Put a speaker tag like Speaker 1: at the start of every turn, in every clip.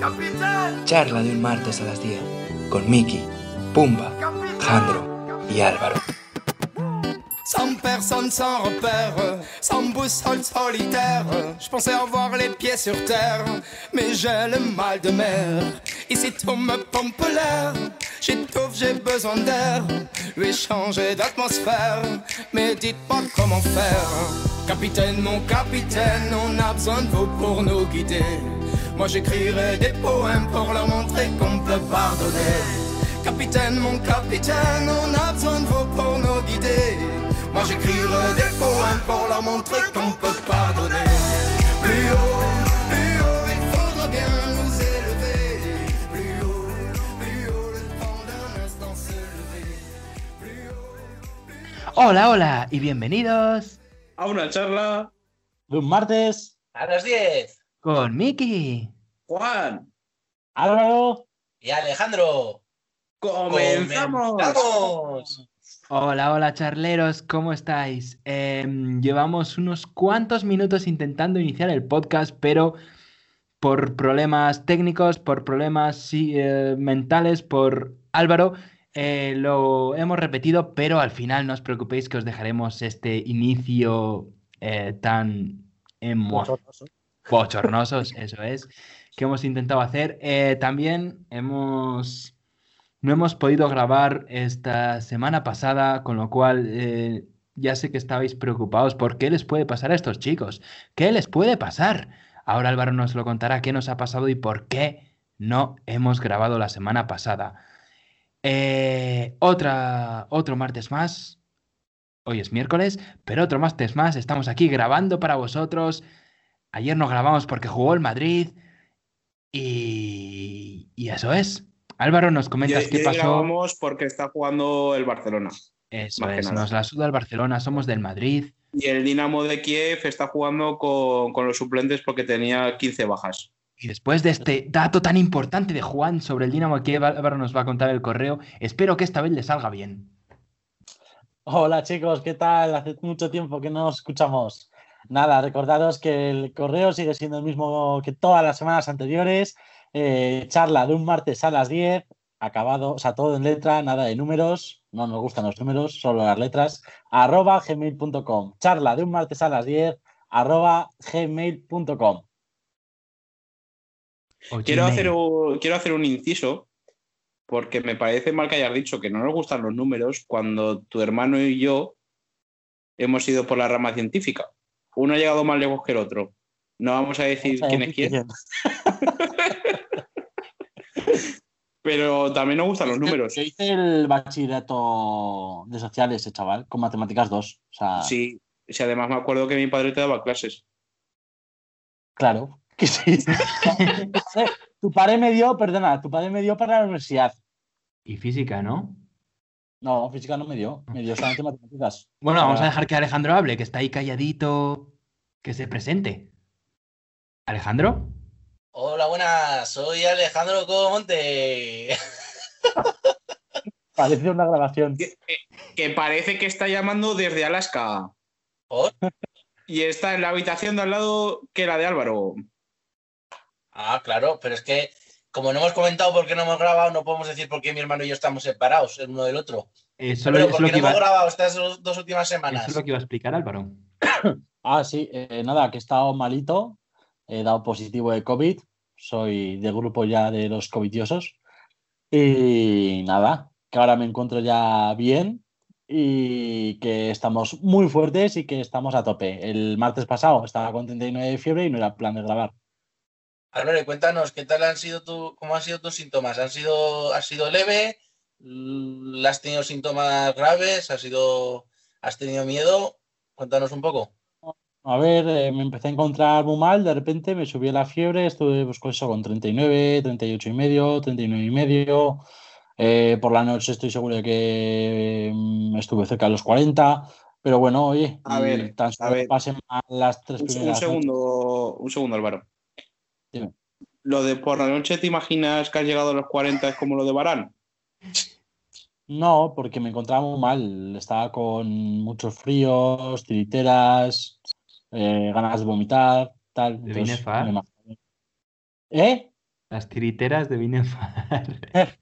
Speaker 1: ¡Capitán!
Speaker 2: Charla de un martes a las 10 con Miki, Pumba, Jandro y Álvaro.
Speaker 3: Sans personne, sans repère, sans boussole solitaire. Je pensais avoir les pieds sur terre, mais j'ai le mal de mer. Ici tout me pompe l'air, j'étouffe, j'ai besoin d'air. Lui changer d'atmosphère, mais dites-moi comment faire. Capitaine, mon capitaine, on a besoin de vous pour nous guider. Moi j'écrirai des poèmes pour leur montrer qu'on peut pardonner. Capitaine, mon capitaine, on a besoin de vous pour nous guider. Moi j'écrirai des poèmes pour leur montrer qu'on peut pardonner. Plus haut, plus haut, il faudra bien nous élever. Plus haut, plus haut, le temps d'un instant se lever. Plus haut, plus haut.
Speaker 4: Hola, hola y bienvenidos
Speaker 5: a una charla.
Speaker 4: de un martes
Speaker 6: A las 10.
Speaker 4: con Miki.
Speaker 5: Juan,
Speaker 4: Álvaro.
Speaker 6: Y Alejandro.
Speaker 5: comenzamos.
Speaker 6: ¡Comenzamos!
Speaker 4: Hola, hola charleros, ¿cómo estáis? Em, llevamos unos cuantos minutos intentando iniciar el podcast, pero por problemas técnicos, por problemas sí, eh, mentales, por Álvaro, eh, lo hemos repetido, pero al final no os preocupéis que os dejaremos este inicio eh, tan emo- bochornosos, eso es, que hemos intentado hacer. Eh, también hemos, no hemos podido grabar esta semana pasada, con lo cual eh, ya sé que estabais preocupados por qué les puede pasar a estos chicos, qué les puede pasar. Ahora Álvaro nos lo contará qué nos ha pasado y por qué no hemos grabado la semana pasada. Eh, otra, otro martes más. Hoy es miércoles, pero otro martes más. Estamos aquí grabando para vosotros. Ayer nos grabamos porque jugó el Madrid. Y, y eso es. Álvaro, nos
Speaker 5: Y
Speaker 4: comentas
Speaker 5: hoy-
Speaker 4: qué
Speaker 5: y hoy
Speaker 4: pasó.
Speaker 5: grabamos porque está jugando el Barcelona.
Speaker 4: Eso
Speaker 5: más que
Speaker 4: es,
Speaker 5: nada.
Speaker 4: nos la suda el Barcelona, somos del Madrid.
Speaker 5: Y el Dinamo de Kiev está jugando con, con los suplentes porque tenía 15 bajas.
Speaker 4: Y después de este dato tan importante de Juan sobre el Dinamo que Álvaro nos va a contar el correo, espero que esta vez le salga bien.
Speaker 7: Hola chicos, ¿qué tal? Hace mucho tiempo que no os escuchamos. Nada, recordaros que el correo sigue siendo el mismo que todas las semanas anteriores. Eh, charla de un martes a las 10, acabado, o sea, todo en letra, nada de números. No nos gustan los números, solo las letras. arroba gmail.com. Charla de un martes a las 10, arroba gmail.com.
Speaker 4: O
Speaker 5: Quiero
Speaker 4: Gmail.
Speaker 5: hacer, un, quiero hacer un inciso porque me parece mal que hayas dicho que no nos gustan los números cuando tu hermano y yo hemos ido por la rama científica. Uno ha llegado más lejos que el otro. No vamos a decir quién es quién, pero también nos gustan los números.
Speaker 7: Yo hice el bachillerato de sociales, eh, chaval, con matemáticas 2. O sea,
Speaker 5: Sí, sí, además me acuerdo que mi padre te daba clases.
Speaker 7: Claro, que sí. Eh, tu padre me dio, perdona, tu padre me dio para la universidad.
Speaker 4: Y física, ¿no?
Speaker 7: No, física no me dio, me dio solamente matemáticas.
Speaker 4: Bueno, vamos a
Speaker 7: Para-
Speaker 4: dejar que Alejandro hable, que está ahí calladito, que se presente. Alejandro,
Speaker 6: Hola, buenas. Soy Alejandro Comonte.
Speaker 7: Parece una grabación.
Speaker 5: Que parece que está llamando desde Alaska.
Speaker 6: ¿Por?
Speaker 5: Y está en la habitación de al lado que la de Álvaro.
Speaker 6: Ah, claro, pero es que como no hemos comentado por qué no hemos grabado, no podemos decir por qué mi hermano y yo estamos separados el uno del otro.
Speaker 4: eh, solo
Speaker 6: Pero
Speaker 4: es
Speaker 6: porque
Speaker 4: lo,
Speaker 6: no
Speaker 4: que iba,
Speaker 6: hemos grabado estas dos dos últimas
Speaker 4: eso
Speaker 6: semanas.
Speaker 4: es lo que iba a explicar Álvaro.
Speaker 7: Ah, sí, eh, nada, que he estado malito, he dado positivo de COVID, soy del grupo ya de los covidiosos. Y nada, que ahora me encuentro ya bien y que estamos muy fuertes y que estamos a tope. El martes pasado estaba con 39 de fiebre y no era plan de grabar.
Speaker 6: Álvaro, y cuéntanos qué tal han sido tu, cómo han sido tus síntomas. ¿Han sido, has sido leve? L- ¿Has tenido síntomas graves? ¿Has sido, has tenido miedo? Cuéntanos un poco.
Speaker 7: A ver, eh, me empecé a encontrar muy mal, de repente me subió la fiebre, estuve pues con eso con 39, 38 y medio, 39 y medio. Eh, por la noche estoy seguro de que mm, estuve cerca de los 40, pero bueno, oye,
Speaker 5: A
Speaker 7: mm,
Speaker 5: ver,
Speaker 7: tan
Speaker 5: a
Speaker 7: solo
Speaker 5: ver.
Speaker 7: pasen mal las tres
Speaker 5: Un, un
Speaker 7: primeras noches.
Speaker 5: segundo, un segundo, Álvaro.
Speaker 7: Dime.
Speaker 5: Lo de por la noche, ¿te imaginas que has llegado a los 40 es como lo de Barán?
Speaker 7: No, porque me encontraba muy mal, estaba con muchos fríos, tiriteras, eh, ganas de vomitar, tal.
Speaker 4: ¿Te
Speaker 7: entonces,
Speaker 4: Binefar?
Speaker 7: me imagino. ¿Eh?
Speaker 4: Las tiriteras de Binefar.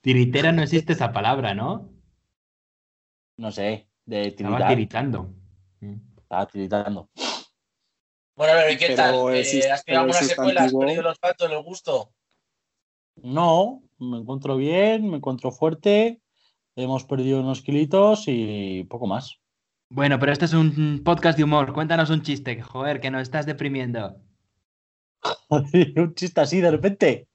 Speaker 4: Tiritera no existe esa palabra, ¿no?
Speaker 7: No sé, de
Speaker 4: Estaba
Speaker 7: tiritar.
Speaker 4: tiritando. Mm.
Speaker 7: Estaba tiritando.
Speaker 6: Bueno, pero ¿y qué
Speaker 5: Pero
Speaker 6: tal? Eh,
Speaker 5: existe-
Speaker 6: ¿Has tenido
Speaker 5: pero
Speaker 6: alguna
Speaker 5: es
Speaker 6: secuela? ¿Has
Speaker 5: sustantivo.
Speaker 6: perdido los patos, el gusto?
Speaker 7: No, me encuentro bien, me encuentro fuerte. Hemos perdido unos kilitos y poco más.
Speaker 4: Bueno, pero este es un podcast de humor. Cuéntanos un chiste, que, joder, que nos estás deprimiendo.
Speaker 7: Un chiste así de repente.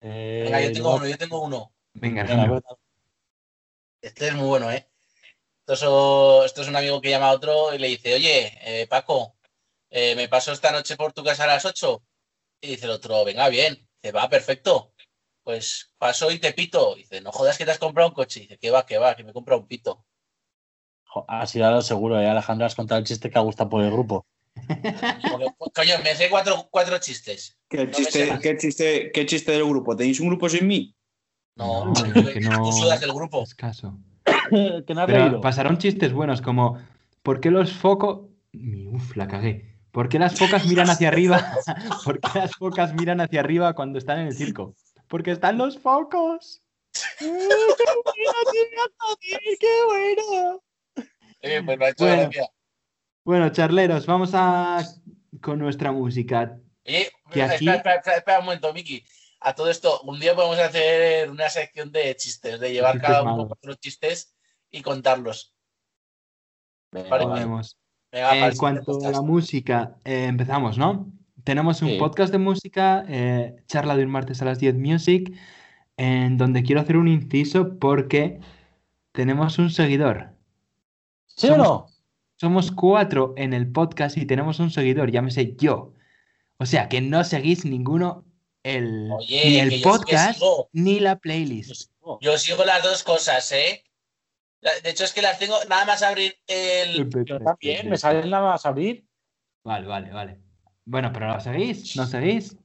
Speaker 7: Eh,
Speaker 6: Venga, yo tengo
Speaker 7: no.
Speaker 6: uno, yo tengo uno.
Speaker 4: Venga,
Speaker 7: Venga, pues.
Speaker 4: Ramiro.
Speaker 7: cuenta.
Speaker 6: Este es muy bueno, ¿eh? Esto es, o- esto es un amigo que llama a otro y le dice, oye, eh, Paco, eh, me paso esta noche por tu casa a las 8. Y dice el otro, venga, bien. Dice, va, perfecto. Pues paso y te pito. Dice, no jodas que te has comprado un coche. Dice, que va, que va, que me compra un pito.
Speaker 7: Jo, Has ido a lo seguro, eh, Alejandro, has contado el chiste que ha gustado por el grupo.
Speaker 6: Como que, "Pues, coño, me sé cuatro, cuatro chistes.
Speaker 5: ¿Qué
Speaker 6: me sé
Speaker 5: chiste,
Speaker 6: más.
Speaker 5: qué chiste, qué chiste del grupo? ¿Tenéis un grupo sin mí?
Speaker 6: No,
Speaker 4: No,
Speaker 6: tú-
Speaker 4: es que no.
Speaker 6: tú sudas del grupo.
Speaker 4: Haz caso.
Speaker 7: que no ha
Speaker 4: Pero
Speaker 7: reído.
Speaker 4: pasaron chistes buenos como ¿por qué los focos? Mi, Uf, la cagué. ¿Por qué las focas miran hacia arriba? ¿Por qué las focas miran hacia arriba cuando están en el circo? Porque están los focos.
Speaker 7: ¡Qué bueno!
Speaker 6: Eh, pues me ha hecho
Speaker 4: Bueno.
Speaker 6: gracia.
Speaker 4: Bueno, charleros, vamos a con nuestra música.
Speaker 6: Oye,
Speaker 4: Que
Speaker 6: Eh, espera,
Speaker 4: aquí-
Speaker 6: espera, espera, espera un momento, Miki. A todo esto, un día podemos hacer una sección de chistes, de llevar
Speaker 4: Chistes
Speaker 6: cada uno
Speaker 4: malos.
Speaker 6: cuatro chistes y contarlos.
Speaker 7: Venga,
Speaker 6: Vale, Ah,
Speaker 4: Lo
Speaker 7: vale.
Speaker 4: vemos.
Speaker 6: Venga, para el
Speaker 4: en cuanto a
Speaker 6: siguiente
Speaker 4: la
Speaker 6: podcast.
Speaker 4: música, eh, empezamos, ¿no? Tenemos un
Speaker 7: Sí.
Speaker 4: podcast de música, eh, charla de un martes a las 10 Music, en donde quiero hacer un inciso porque tenemos un seguidor.
Speaker 7: ¿Sí o no?
Speaker 4: Somos cuatro en el podcast y tenemos un seguidor, llámese yo. O sea, que no seguís ninguno el,
Speaker 6: Oye,
Speaker 4: ni
Speaker 6: que
Speaker 4: el
Speaker 6: yo
Speaker 4: podcast
Speaker 6: sí que sigo.
Speaker 4: ni la playlist.
Speaker 6: Yo sigo las dos cosas, ¿eh? La- De hecho, es que las tengo nada más abrir el.
Speaker 7: Yo también, me salen nada más abrir.
Speaker 4: Vale, vale, vale. Bueno, pero ¿lo seguís? ¿No seguís?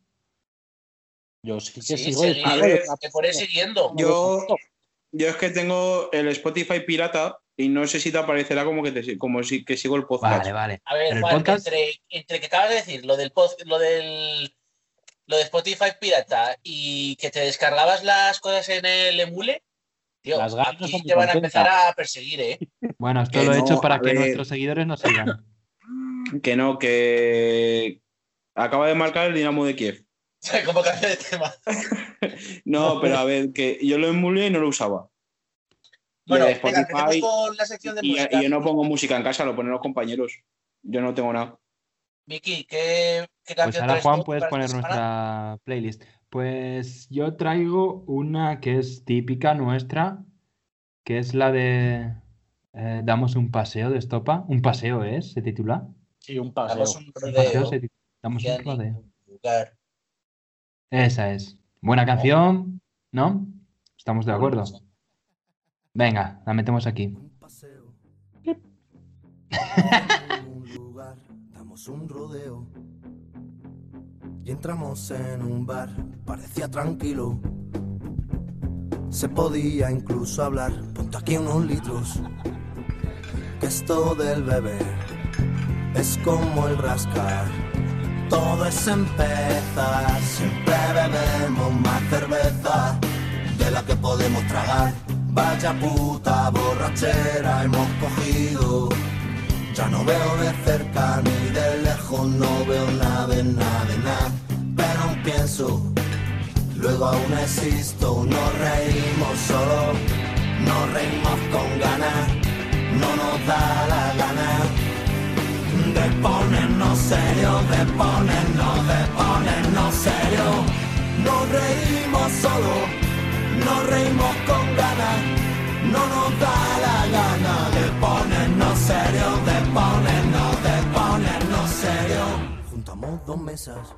Speaker 7: Yo sí que
Speaker 6: Sí,
Speaker 7: sigo.
Speaker 6: seguir,
Speaker 5: A ver.
Speaker 6: te pone siguiendo.
Speaker 5: Yo, yo es que tengo el Spotify pirata y no sé si te aparecerá como que, te, si- como si, que sigo el podcast.
Speaker 4: Vale, vale.
Speaker 6: A ver,
Speaker 4: ¿Pero el
Speaker 6: Juan,
Speaker 4: podcast?
Speaker 6: entre, entre que acabas de decir, lo del pod- lo del lo de Spotify pirata y que te descargabas las cosas en el emule, tío,
Speaker 7: Las ganas
Speaker 6: aquí
Speaker 7: no son
Speaker 6: te van a
Speaker 7: contentas.
Speaker 6: empezar a perseguir, ¿eh?
Speaker 4: Bueno, esto
Speaker 5: Que
Speaker 4: lo he
Speaker 5: no,
Speaker 4: hecho para
Speaker 5: a
Speaker 4: que
Speaker 5: ver.
Speaker 4: nuestros seguidores nos sigan. Pues
Speaker 5: Que no, que acaba de marcar el Dinamo de Kiev.
Speaker 6: Como cambio de tema.
Speaker 5: No, pero a ver, que yo lo emulé y no lo usaba. Y
Speaker 6: Bueno,
Speaker 5: el
Speaker 6: venga, empecemos
Speaker 5: Spotify
Speaker 6: con la sección de
Speaker 5: Y,
Speaker 6: música.
Speaker 5: y yo no pongo música en casa, lo ponen los compañeros. Yo no tengo nada.
Speaker 6: Miki, ¿qué, qué
Speaker 4: Pues
Speaker 6: canción
Speaker 4: ahora,
Speaker 6: traes
Speaker 4: Juan,
Speaker 6: tú
Speaker 4: puedes
Speaker 6: para
Speaker 4: poner
Speaker 6: esta semana?
Speaker 4: nuestra playlist. Pues yo traigo una que es típica nuestra, que es la de eh, Damos un paseo de estopa. Un paseo es, se titula.
Speaker 7: Sí, un paseo.
Speaker 6: Damos un
Speaker 4: Un paseo
Speaker 6: rodeo.
Speaker 4: se titu- Damos
Speaker 6: ya
Speaker 4: un
Speaker 6: ni
Speaker 4: rodeo.
Speaker 6: lugar.
Speaker 4: Esa es. Buena canción, ¿no? Estamos de acuerdo. Venga, la metemos aquí.
Speaker 3: Un paseo. En un lugar, damos un rodeo. Y entramos en un bar, parecía tranquilo. Se podía incluso hablar, ponte aquí unos litros. Que esto del beber es como el rascar. Todo es empezar, siempre bebemos más cerveza de la que podemos tragar. Vaya puta borrachera hemos cogido. Ya no veo de cerca ni de lejos, no veo nada de nada de nada. Pero aún pienso, luego aún existo, nos reímos solo, nos reímos con ganas, no nos da la gana de ponernos serio, de ponernos, de ponernos serio. Nos reímos solo, nos reímos con ganas, no nos da la gana de ponernos serio, de ponernos, de ponernos serio. Juntamos dos mesas,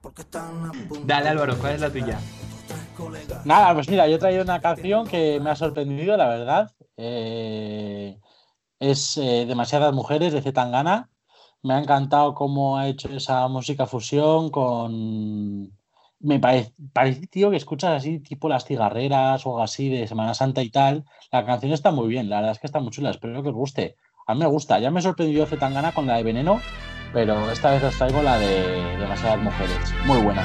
Speaker 3: porque están a punto
Speaker 4: Dale,
Speaker 3: de
Speaker 4: Álvaro, ¿cuál es la tuya?
Speaker 3: otros tres colegas.
Speaker 7: Nada, pues mira, yo he traído una canción que me ha sorprendido, la verdad. Eh, es eh, Demasiadas Mujeres de Zetangana. Me ha encantado cómo ha hecho esa música fusión con. Me parece, parece, tío, que escuchas así, tipo las cigarreras o algo así de Semana Santa y tal. La canción está muy bien, la verdad es que está muy chula, espero que os guste. A mí me gusta, ya me sorprendió Zetangana con la de Veneno pero esta vez os traigo la de demasiadas mujeres. Muy buena.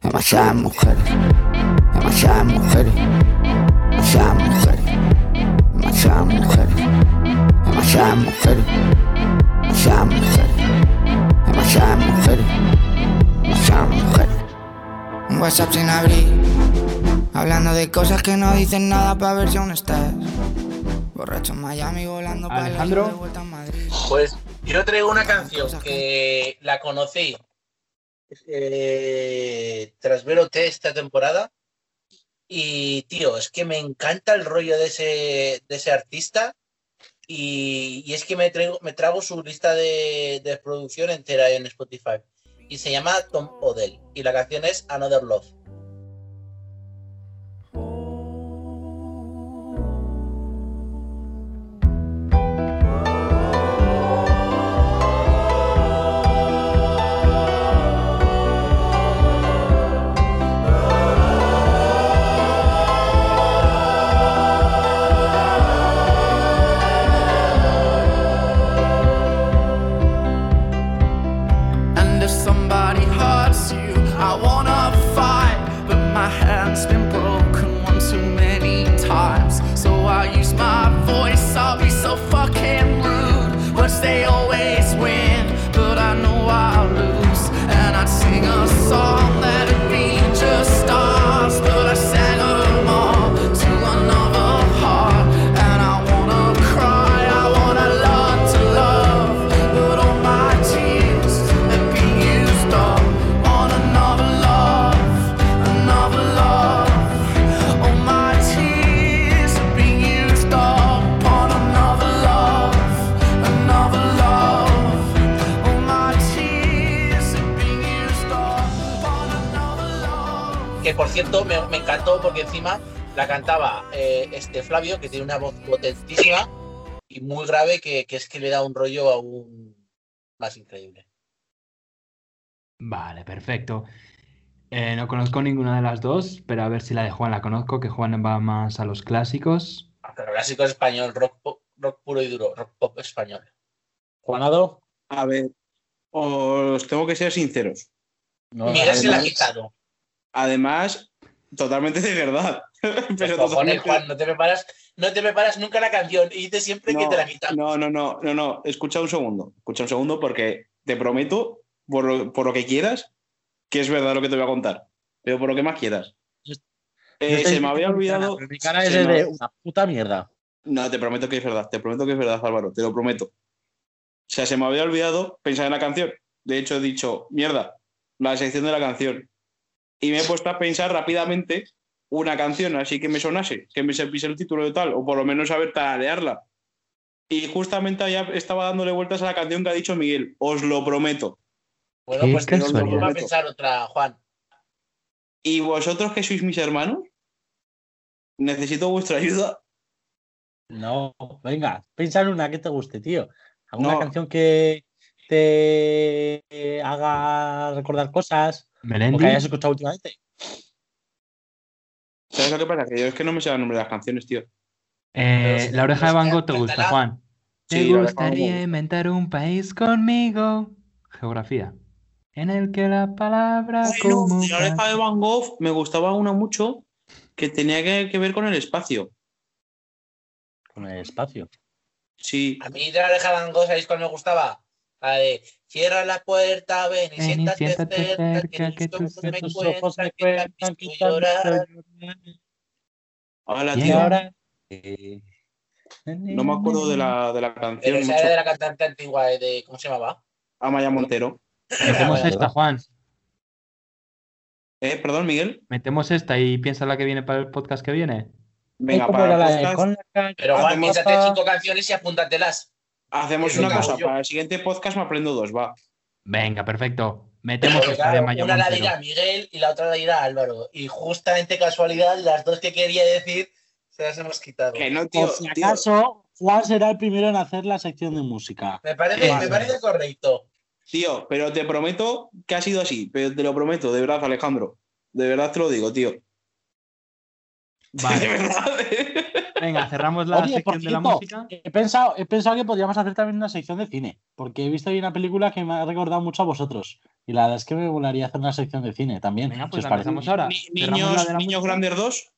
Speaker 8: Demasiadas mujeres, demasiadas mujeres, demasiadas mujeres, demasiadas mujeres, demasiadas mujeres, demasiadas mujeres, demasiadas mujeres, demasiadas mujeres. Un WhatsApp sin abrir, hablando de cosas que no dicen nada para ver si aún estás. Borracho en Miami volando para
Speaker 4: Alejandro.
Speaker 8: de vuelta a Madrid.
Speaker 6: Pues yo traigo una canción que la conocí eh, tras ver OT esta temporada. Y tío, es que me encanta el rollo de ese, de ese artista. Y, y es que me, traigo, me trago su lista de, de producción entera en Spotify. Y se llama Tom Odell. Y la canción es Another Love.
Speaker 9: And if somebody hurts you, I wanna fight. But my hand's been broken one too many times. So I use my voice, I'll be so fucking rude. But they always win, but I know I'll lose. And I'd sing a song that would be just stars. But I sang them all to another heart. And I wanna cry, I wanna learn to love. But all my tears have been used up on another love, another love. All my tears have been used up on another love, another love. All my tears have been used up on another love.
Speaker 6: que por cierto me, me encantó porque encima la cantaba eh, este Flavio, que tiene una voz potentísima y muy grave, que, que es que le da un rollo aún más increíble.
Speaker 4: Vale, perfecto. Eh, no conozco ninguna de las dos, pero a ver si la de Juan la conozco, que Juan va más a los clásicos.
Speaker 6: Pero clásico español, rock, po- rock puro y duro, rock pop español.
Speaker 7: Juanado,
Speaker 5: A ver, os tengo que ser sinceros.
Speaker 7: no,
Speaker 6: Mira si la ha
Speaker 5: además-
Speaker 6: quitado.
Speaker 5: Además, totalmente de verdad. Pero
Speaker 6: Los cojones,
Speaker 5: totalmente-
Speaker 6: Juan, no te preparas, no te preparas nunca la canción y dices siempre que te la quitan.
Speaker 5: No, no, no, no, no. Escucha un segundo. Escucha un segundo porque te prometo, por lo, por lo que quieras, que es verdad lo que te voy a contar. Pero por lo que más quieras.
Speaker 7: Yo-
Speaker 5: Eh,
Speaker 7: yo estoy
Speaker 5: se me había
Speaker 7: diciendo
Speaker 5: olvidado.
Speaker 7: que Mi cara es
Speaker 5: se
Speaker 7: de
Speaker 5: me-
Speaker 7: una puta mierda.
Speaker 5: No, te prometo que es verdad. Te prometo que es verdad, Álvaro. Te lo prometo. O sea, se me había olvidado pensar en la canción. De hecho, he dicho, mierda, la sección de la canción. Y me he puesto a pensar rápidamente una canción así que me sonase, que me serviese el título de tal, o por lo menos saber tararearla. Y justamente ya estaba dándole vueltas a la canción que ha dicho Miguel. Os lo prometo.
Speaker 6: Bueno,
Speaker 4: Qué
Speaker 6: pues te
Speaker 4: casualidad.
Speaker 6: vuelvo a pensar otra, Juan.
Speaker 5: Y vosotros que sois mis hermanos, necesito vuestra ayuda.
Speaker 7: No, venga, piensa en una que te guste, tío. ¿Alguna
Speaker 5: No.
Speaker 7: canción que te eh, haga recordar cosas o
Speaker 4: Melendi.
Speaker 7: que hayas escuchado últimamente?
Speaker 5: ¿Sabes lo que pasa? Que yo es que no me sé el nombre de las canciones, tío.
Speaker 4: Eh,
Speaker 6: Pero si
Speaker 4: la oreja de
Speaker 6: te gusta,
Speaker 4: Van Gogh te gusta,
Speaker 6: cántala.
Speaker 4: Juan. Te
Speaker 5: Sí, la oreja de Van
Speaker 4: gustaría
Speaker 5: Gogh.
Speaker 4: inventar un país conmigo. Geografía. En el que la palabra
Speaker 5: Bueno,
Speaker 4: como
Speaker 5: de la oreja de Van Gogh me gustaba una mucho que tenía que, que ver con el espacio.
Speaker 7: Con el espacio.
Speaker 5: Sí.
Speaker 6: A mí de la oreja de Van Gogh, ¿sabéis cuál me gustaba? La de cierra la puerta, ven y
Speaker 4: Ven y
Speaker 6: siéntate,
Speaker 4: siéntate
Speaker 6: cerca,
Speaker 4: cerca,
Speaker 6: que tus ojos me
Speaker 7: Tus
Speaker 6: cuentan
Speaker 7: ojos me
Speaker 6: que te han
Speaker 7: cuentan
Speaker 6: visto
Speaker 7: que te han
Speaker 6: llorar.
Speaker 7: visto
Speaker 5: Hola,
Speaker 4: Y
Speaker 7: llorar.
Speaker 5: Ah,
Speaker 7: Y
Speaker 5: tío.
Speaker 7: ahora. eh,
Speaker 5: No me acuerdo de la, de la
Speaker 6: Pero
Speaker 5: canción.
Speaker 6: esa
Speaker 5: macho.
Speaker 6: era eh, de la cantante antigua, eh, de, ¿cómo se llamaba?
Speaker 5: a Maya Montero.
Speaker 4: Metemos esta, Juan.
Speaker 5: Eh, perdón, Miguel.
Speaker 4: Metemos esta y piensa la que viene para el podcast que viene.
Speaker 5: Venga,
Speaker 7: Ay, como
Speaker 5: para
Speaker 7: era
Speaker 5: el
Speaker 7: la de
Speaker 5: podcast,
Speaker 7: con la calle,
Speaker 6: Pero Juan,
Speaker 5: Hacemos
Speaker 6: piénsate
Speaker 7: hasta-
Speaker 6: cinco canciones y apúntatelas.
Speaker 5: hacemos
Speaker 6: Venga,
Speaker 5: una cosa.
Speaker 6: yo.
Speaker 5: Para el siguiente podcast me aprendo dos, va.
Speaker 4: Venga, perfecto. Metemos esta de
Speaker 6: Claro,
Speaker 4: Maya
Speaker 6: una la
Speaker 4: Montero.
Speaker 6: dirá Miguel y la otra la dirá Álvaro. Y justamente casualidad, las dos que quería decir se las hemos quitado.
Speaker 5: Que no, tío.
Speaker 7: Por si
Speaker 5: tío.
Speaker 7: acaso, Juan será el primero en hacer la sección de música.
Speaker 6: Me parece,
Speaker 5: Vale.
Speaker 6: me parece correcto.
Speaker 5: Tío, pero te prometo que ha sido así, pero te lo prometo, de verdad, Alejandro. De verdad te lo digo, tío. De
Speaker 4: Vale.
Speaker 5: verdad. ¿eh?
Speaker 4: Venga, cerramos la
Speaker 7: Oye, por
Speaker 4: sección de la
Speaker 7: cierto,
Speaker 4: música.
Speaker 7: He pensado, he pensado que podríamos hacer también una sección de cine, porque he visto ahí una película que me ha recordado mucho a vosotros. Y la verdad es que me volaría hacer una sección de cine también.
Speaker 4: Venga,
Speaker 7: si
Speaker 4: pues
Speaker 7: os
Speaker 4: la
Speaker 7: parece.
Speaker 4: empezamos ahora.
Speaker 5: Ni-
Speaker 4: Cerramos la
Speaker 5: niños
Speaker 4: de la
Speaker 5: niños
Speaker 4: música.
Speaker 5: Grandes 2.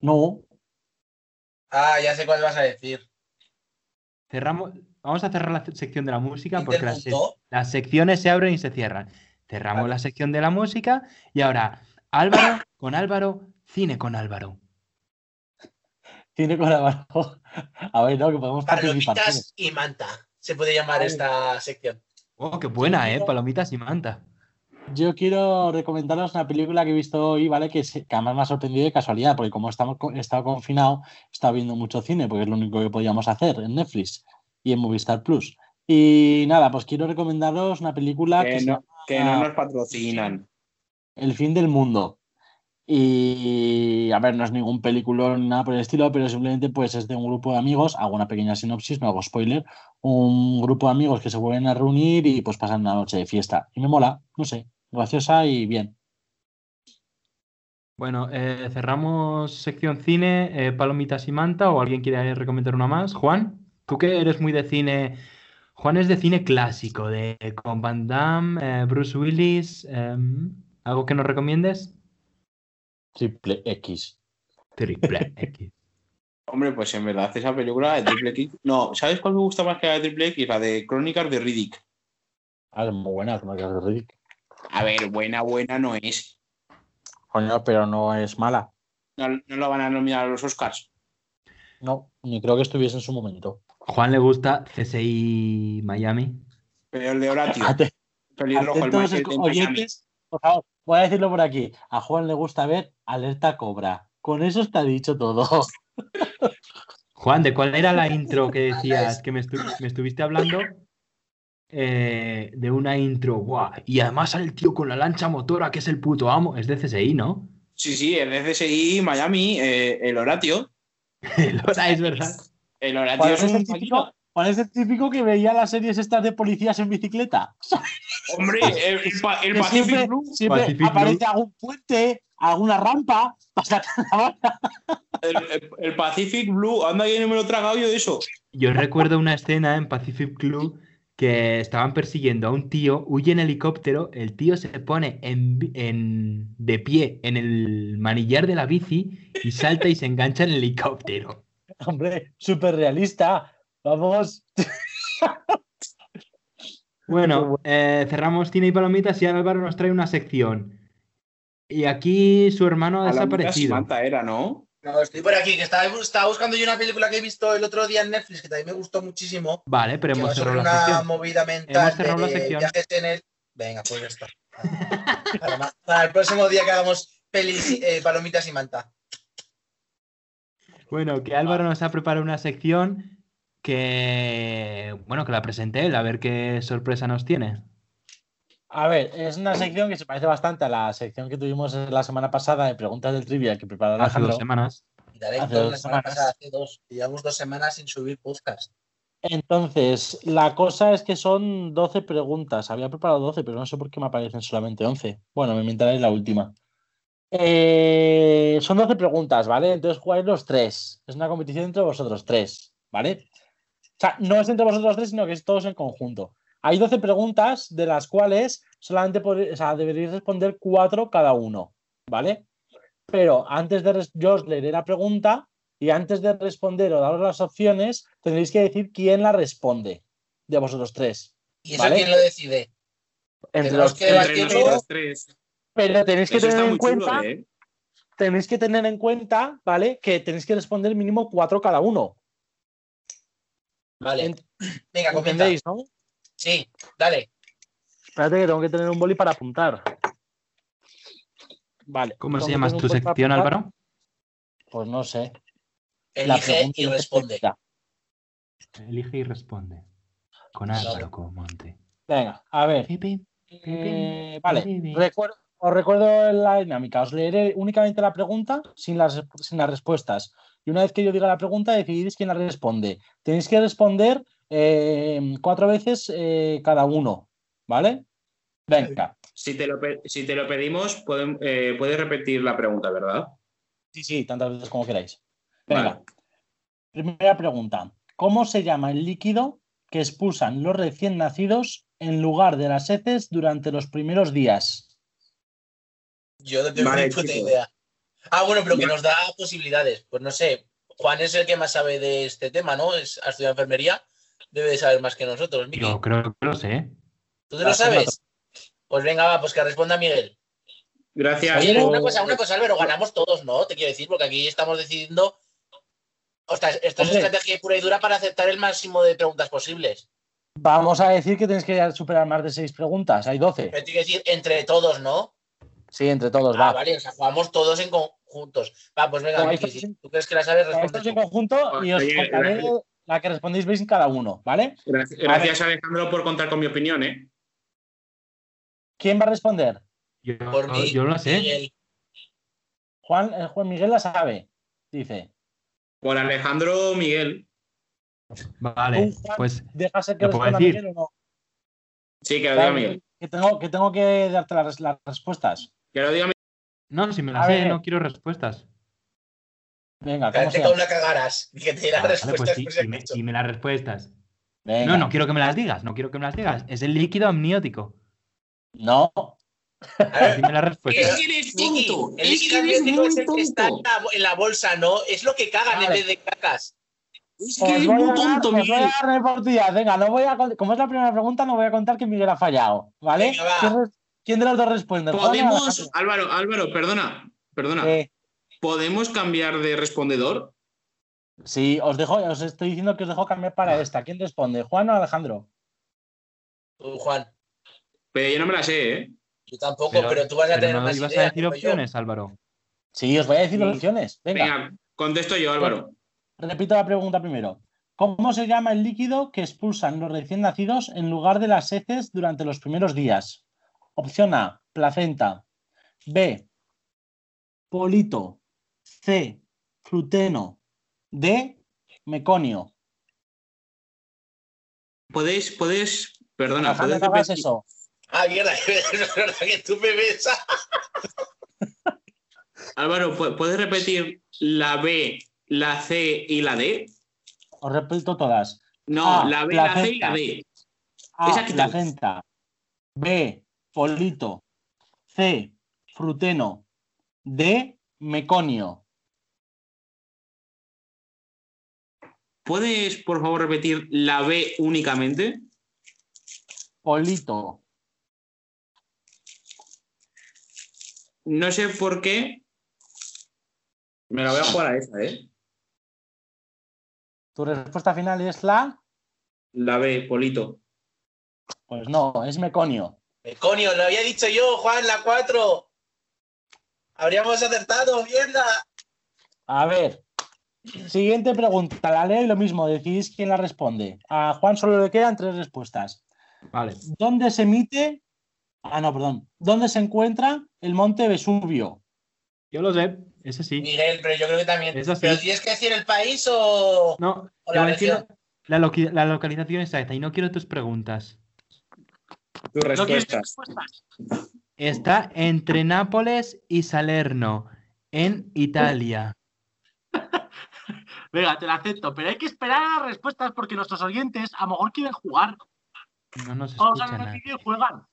Speaker 7: No,
Speaker 6: Ah, ya sé cuál vas a decir.
Speaker 4: Cerramos, vamos a cerrar la ce- sección de la música porque las, se-
Speaker 6: Interrumpo.
Speaker 4: las secciones se abren y se cierran. Cerramos la sección de la música y ahora Álvaro con Álvaro, cine con Álvaro.
Speaker 7: cine con abajo. A ver, no, que podemos participar.
Speaker 6: Palomitas y manta. Se puede llamar esta sección.
Speaker 4: Oh, qué buena, ¿eh? Palomitas y manta.
Speaker 7: Yo quiero recomendaros una película que he visto hoy, ¿vale? Que, se- que además me ha sorprendido de casualidad, porque como estamos, co- he estado confinado, he estado viendo mucho cine, porque es lo único que podíamos hacer en Netflix y en Movistar Plus. Y nada, pues quiero recomendaros una película Ah, que,
Speaker 5: Que
Speaker 7: se
Speaker 5: Eh, no,
Speaker 7: llama
Speaker 5: que no nos patrocinan.
Speaker 7: El fin del mundo. Y a ver, no es ningún película nada por el estilo, pero simplemente pues es de un grupo de amigos, hago una pequeña sinopsis, no hago spoiler, un grupo de amigos que se vuelven a reunir y pues pasan una noche de fiesta. Y me mola, no sé, graciosa y bien.
Speaker 4: Bueno, eh, cerramos sección cine, eh, palomitas y manta, o alguien quiere recomendar una más. Juan, tú que eres muy de cine. Juan es de cine clásico, de con Van Damme, eh, Bruce Willis. eh, ¿Algo que nos recomiendes?
Speaker 7: Triple X.
Speaker 4: Triple X.
Speaker 5: Hombre, pues en verdad, esa película de Triple X. No, ¿sabes cuál me gusta más que la de Triple X? La de Crónicas de Riddick.
Speaker 7: Ah, es muy buena, como que es de Riddick.
Speaker 5: A ver, buena, buena no es.
Speaker 7: Coño, pero no es mala.
Speaker 5: No, no la van a nominar a los Oscars.
Speaker 7: No, ni creo que estuviese en su momento.
Speaker 4: Juan le gusta CSI Miami.
Speaker 5: Pero el de Horatio.
Speaker 7: Ate-
Speaker 5: Pelirrojo, el
Speaker 7: atentos,
Speaker 5: Michael de Miami.
Speaker 7: oyentes, Ah, por favor, voy a decirlo por aquí. A Juan le gusta ver Alerta Cobra. Con eso está dicho todo.
Speaker 4: Juan, ¿de cuál era la intro que decías? Que me, estu- me estuviste hablando eh, de una intro. ¡Guau! Y además sale el tío con la lancha motora, que es el puto amo. Es de CSI, ¿no?
Speaker 5: Sí, sí, el CSI, Miami, eh, el Horatio.
Speaker 4: Lora, es verdad.
Speaker 5: El Horatio
Speaker 7: Juan
Speaker 5: es
Speaker 7: es,
Speaker 5: un
Speaker 7: el
Speaker 5: máquina.
Speaker 7: típico, Juan es el típico que veía las series estas de policías en bicicleta.
Speaker 5: Hombre, el, el pa- el
Speaker 7: Que
Speaker 5: Pacific
Speaker 7: siempre
Speaker 5: Blue.
Speaker 7: siempre
Speaker 4: Pacific
Speaker 7: aparece
Speaker 4: Blue.
Speaker 7: algún puente, alguna rampa. Hasta
Speaker 5: El, el- el Pacific Blue. Anda que no me lo he tragado yo de eso.
Speaker 4: Yo recuerdo una escena en Pacific Club que estaban persiguiendo a un tío, huye en helicóptero, el tío se pone en, bi- en- de pie en el manillar de la bici y salta y se engancha en el helicóptero.
Speaker 7: hombre, súper realista. Vamos. Muy
Speaker 4: Bueno,
Speaker 7: bueno.
Speaker 4: eh, cerramos cine y palomitas y ahora Álvaro nos trae una sección. Y aquí su hermano ha
Speaker 5: Palomitas y
Speaker 4: desaparecido.
Speaker 5: Manta era, ¿no?
Speaker 6: No, estoy por aquí, que estaba, bu- estaba buscando yo una película que he visto el otro día en Netflix, que también me gustó muchísimo.
Speaker 4: Vale, pero
Speaker 6: que
Speaker 4: hemos
Speaker 6: va sobre
Speaker 4: cerrado la
Speaker 6: una
Speaker 4: sección.
Speaker 6: movida mental
Speaker 4: Hemos cerrado
Speaker 6: de
Speaker 4: la sección.
Speaker 6: viajes en el... Venga, pues ya está. Para, ma- para el próximo día que hagamos pelis, eh, palomitas y manta.
Speaker 4: Bueno, que Álvaro nos ha preparado una sección que, bueno, que la presente él, a ver qué sorpresa nos tiene.
Speaker 7: A ver, es una sección que se parece bastante a la sección que tuvimos la semana pasada de preguntas del trivia que
Speaker 5: Ah,
Speaker 7: preparó
Speaker 4: Hace
Speaker 7: Alejandro.
Speaker 4: dos semanas.
Speaker 6: Y daré
Speaker 7: Hace
Speaker 6: todas
Speaker 7: dos
Speaker 6: las semanas
Speaker 7: semanas.
Speaker 6: pasadas, hace dos. Y Llevamos dos semanas sin subir podcast.
Speaker 7: Entonces, la cosa es que son 12 preguntas. Había preparado 12, pero no sé por qué me aparecen solamente 11. Bueno, me inventaré la última. Eh, son 12 preguntas, ¿vale? Entonces jugáis los tres. Es una competición entre vosotros tres, ¿vale? O sea, no es entre vosotros tres, sino que es todos en conjunto. Hay 12 preguntas, de las cuales solamente podré- o sea, deberéis responder cuatro cada uno, ¿vale? Pero antes de res- yo os leeré la pregunta y antes de responder o daros las opciones, tendréis que decir quién la responde de vosotros tres.
Speaker 6: ¿Y eso
Speaker 7: Vale.
Speaker 6: quién lo decide?
Speaker 7: Entre
Speaker 6: Tenemos
Speaker 7: los
Speaker 6: que
Speaker 7: tres.
Speaker 6: debatir-
Speaker 5: Entre
Speaker 6: Pacific
Speaker 5: nosotros tres.
Speaker 7: Pero tenéis que
Speaker 5: Eso
Speaker 7: tener
Speaker 5: está
Speaker 7: en
Speaker 5: muy
Speaker 7: cuenta,
Speaker 5: chulo, ¿eh?
Speaker 7: tenéis que tener en cuenta, ¿vale? Que tenéis que responder mínimo cuatro cada uno.
Speaker 6: Vale,
Speaker 7: Ent-
Speaker 6: venga, comienza.
Speaker 7: ¿Entendéis, no?
Speaker 6: Sí, dale.
Speaker 7: Espérate que tengo que tener un boli para apuntar. Vale.
Speaker 4: ¿Cómo se
Speaker 7: ¿Dónde
Speaker 4: llama
Speaker 7: tengo
Speaker 4: tu
Speaker 7: un boli para
Speaker 4: sección,
Speaker 7: apuntar?
Speaker 4: Álvaro?
Speaker 7: Pues no sé. La
Speaker 6: Elige
Speaker 7: pregunta
Speaker 6: y
Speaker 7: es
Speaker 6: responde.
Speaker 7: esta.
Speaker 4: Elige y responde. Con Álvaro Comonte.
Speaker 7: Venga, a ver.
Speaker 4: Pepe,
Speaker 7: Eh, vale, recuer- os recuerdo la dinámica. Os leeré únicamente la pregunta sin las, sin las respuestas. Y una vez que yo diga la pregunta, decidís quién la responde. Tenéis que responder eh, cuatro veces eh, cada uno. ¿Vale? Venga.
Speaker 5: Si te lo, pe- si te lo pedimos, pueden- eh, puedes repetir la pregunta, ¿verdad?
Speaker 7: Sí, sí, tantas veces como queráis. Venga.
Speaker 5: Vale.
Speaker 7: Primera pregunta. ¿Cómo se llama el líquido que expulsan los recién nacidos en lugar de las heces durante los primeros días?
Speaker 6: Yo no tengo
Speaker 5: Vale,
Speaker 6: ni puta
Speaker 5: chicos.
Speaker 6: idea. Ah, bueno, pero que
Speaker 5: Ya.
Speaker 6: nos da posibilidades. Pues no sé, Juan es el que más sabe de este tema, ¿no? Es, ha estudiado enfermería, debe de saber más que nosotros. Miki,
Speaker 4: Yo creo que lo sé.
Speaker 6: ¿tú te lo sabes? Pues venga, va, pues que responda Miguel.
Speaker 5: Gracias.
Speaker 6: Oye,
Speaker 5: por-
Speaker 6: una cosa, una cosa, Álvaro, ganamos todos, ¿no? Te quiero decir, porque aquí estamos decidiendo... O sea, esto es
Speaker 7: Hombre.
Speaker 6: estrategia pura y dura para aceptar el máximo de preguntas posibles.
Speaker 7: Vamos a decir que tenéis que superar más de seis preguntas. Hay 12.
Speaker 6: Pero te quiero decir, entre todos, ¿no?
Speaker 7: Sí, entre todos,
Speaker 6: Ah,
Speaker 7: Pues va.
Speaker 6: vale, o sea, jugamos todos en conjuntos. Va, pues venga,
Speaker 7: Pero
Speaker 6: Miki,
Speaker 7: esto-
Speaker 6: si tú crees que la sabes, responde
Speaker 7: Estos en
Speaker 6: tú.
Speaker 7: conjunto
Speaker 6: Pues
Speaker 7: y os
Speaker 5: Oye,
Speaker 7: contaré
Speaker 5: gracias.
Speaker 7: la que respondéis veis en cada uno, ¿vale?
Speaker 5: Gracias, gracias, Alejandro, por contar con mi opinión, ¿eh?
Speaker 7: ¿Quién va a responder?
Speaker 4: Yo,
Speaker 6: Por mí, eh.
Speaker 4: yo lo sé.
Speaker 6: Miguel.
Speaker 7: Juan, eh, Juan Miguel la sabe. Dice.
Speaker 5: Por Alejandro Miguel.
Speaker 4: Vale,
Speaker 7: Tú, Juan,
Speaker 4: pues
Speaker 7: ¿Déjase que
Speaker 4: ¿Lo puedo
Speaker 7: responda
Speaker 4: decir?
Speaker 7: Miguel o no?
Speaker 5: Sí, que lo diga Miguel.
Speaker 7: Que tengo, que tengo que darte las, las respuestas.
Speaker 5: Que lo diga Miguel.
Speaker 4: no, si me
Speaker 7: A
Speaker 4: la sé,
Speaker 7: ver.
Speaker 4: no quiero respuestas.
Speaker 7: Venga, ¿cómo se
Speaker 6: Cállate
Speaker 7: llama?
Speaker 6: con la cagarás. Que te dirá
Speaker 4: Ah, vale,
Speaker 6: respuestas
Speaker 4: pues
Speaker 6: por
Speaker 4: di-
Speaker 6: si
Speaker 4: dime,
Speaker 6: acaso.
Speaker 4: dime las respuestas.
Speaker 7: Venga.
Speaker 4: No, no quiero que me las digas, no quiero que me las digas. Es el líquido amniótico.
Speaker 7: No.
Speaker 6: A ver,
Speaker 4: Dime las respuestas.
Speaker 6: Miki, Miki, el líquido amniótico es el que está en la, en la bolsa, ¿no? Es lo que cagan en
Speaker 7: Vale.
Speaker 6: vez de cacas.
Speaker 7: Os voy a dar- os voy a dar la oportunidad. Venga, no voy a cont- como es la primera pregunta, no voy a contar que Miguel ha fallado, ¿vale?
Speaker 6: Venga, va.
Speaker 7: ¿Quién, res- quién de los dos responde? Juan o
Speaker 5: Podemos.
Speaker 7: Alejandro?
Speaker 5: Álvaro, Álvaro, perdona. Perdona.
Speaker 7: Eh,
Speaker 5: ¿Podemos cambiar de respondedor?
Speaker 7: sí, os dejo, os estoy diciendo que os dejo cambiar para esta. ¿Quién responde? ¿Juan o Alejandro?
Speaker 6: Tú, Juan,
Speaker 5: Pero yo no me la sé, ¿eh?
Speaker 6: yo tampoco, pero, tú vas a
Speaker 4: pero
Speaker 6: tener
Speaker 4: no
Speaker 6: más
Speaker 4: ibas
Speaker 6: ideas,
Speaker 4: a decir
Speaker 6: digo yo.
Speaker 4: opciones, Álvaro.
Speaker 7: Sí, os voy a decir
Speaker 5: Sí.
Speaker 7: las opciones. Venga,
Speaker 5: Venga, contesto yo, Álvaro.
Speaker 7: repito la pregunta primero. ¿Cómo se llama el líquido que expulsan los recién nacidos en lugar de las heces durante los primeros días? Opción A, placenta. B, polito. C, fluteno. D, meconio.
Speaker 5: ¿Podéis, podéis, perdona,
Speaker 7: Alejandro,
Speaker 5: podéis
Speaker 7: no hagas
Speaker 5: repetir-
Speaker 7: eso.
Speaker 6: Ah, mierda, es verdad que tú me besas.
Speaker 5: Álvaro, ¿pu- ¿puedes repetir la B, la C y la D?
Speaker 7: Os repito todas.
Speaker 5: No,
Speaker 7: Ah,
Speaker 5: la B,
Speaker 7: la
Speaker 5: la C y la
Speaker 7: Z.
Speaker 5: D.
Speaker 7: A,
Speaker 5: Esa quita.
Speaker 7: placenta. B, polito. C, fruteno. D, meconio.
Speaker 5: ¿Puedes, por favor, repetir la B únicamente?
Speaker 7: Polito.
Speaker 5: No sé por qué. Me la voy a jugar a esa, ¿eh?
Speaker 7: ¿Tu respuesta final es la?
Speaker 5: La B, Polito.
Speaker 7: Pues no, es meconio.
Speaker 6: Meconio, Eh, lo había dicho yo, Juan, la 4. Habríamos acertado, mierda.
Speaker 7: A ver. Siguiente pregunta, la leo y lo mismo, decidís quién la responde. A Juan solo le quedan tres respuestas.
Speaker 4: Vale.
Speaker 7: ¿Dónde se emite? Ah, no, perdón. ¿Dónde se encuentra el monte Vesubio?
Speaker 4: Yo lo sé, ese sí.
Speaker 6: Miguel, pero yo creo que también.
Speaker 4: Eso sí.
Speaker 6: ¿Pero tienes que decir el país o,
Speaker 4: No,
Speaker 6: o
Speaker 4: te
Speaker 6: la
Speaker 4: voy a decir
Speaker 6: región?
Speaker 4: la, loqui- la localización exacta y no quiero tus preguntas.
Speaker 5: Tus respuestas.
Speaker 4: Está entre Nápoles y Salerno, en Italia.
Speaker 7: Venga, te la acepto, pero hay que esperar a las respuestas porque nuestros oyentes a lo mejor quieren jugar.
Speaker 4: No nos
Speaker 7: Vamos a
Speaker 4: escucha
Speaker 7: ver
Speaker 4: nadie.
Speaker 7: si juegan.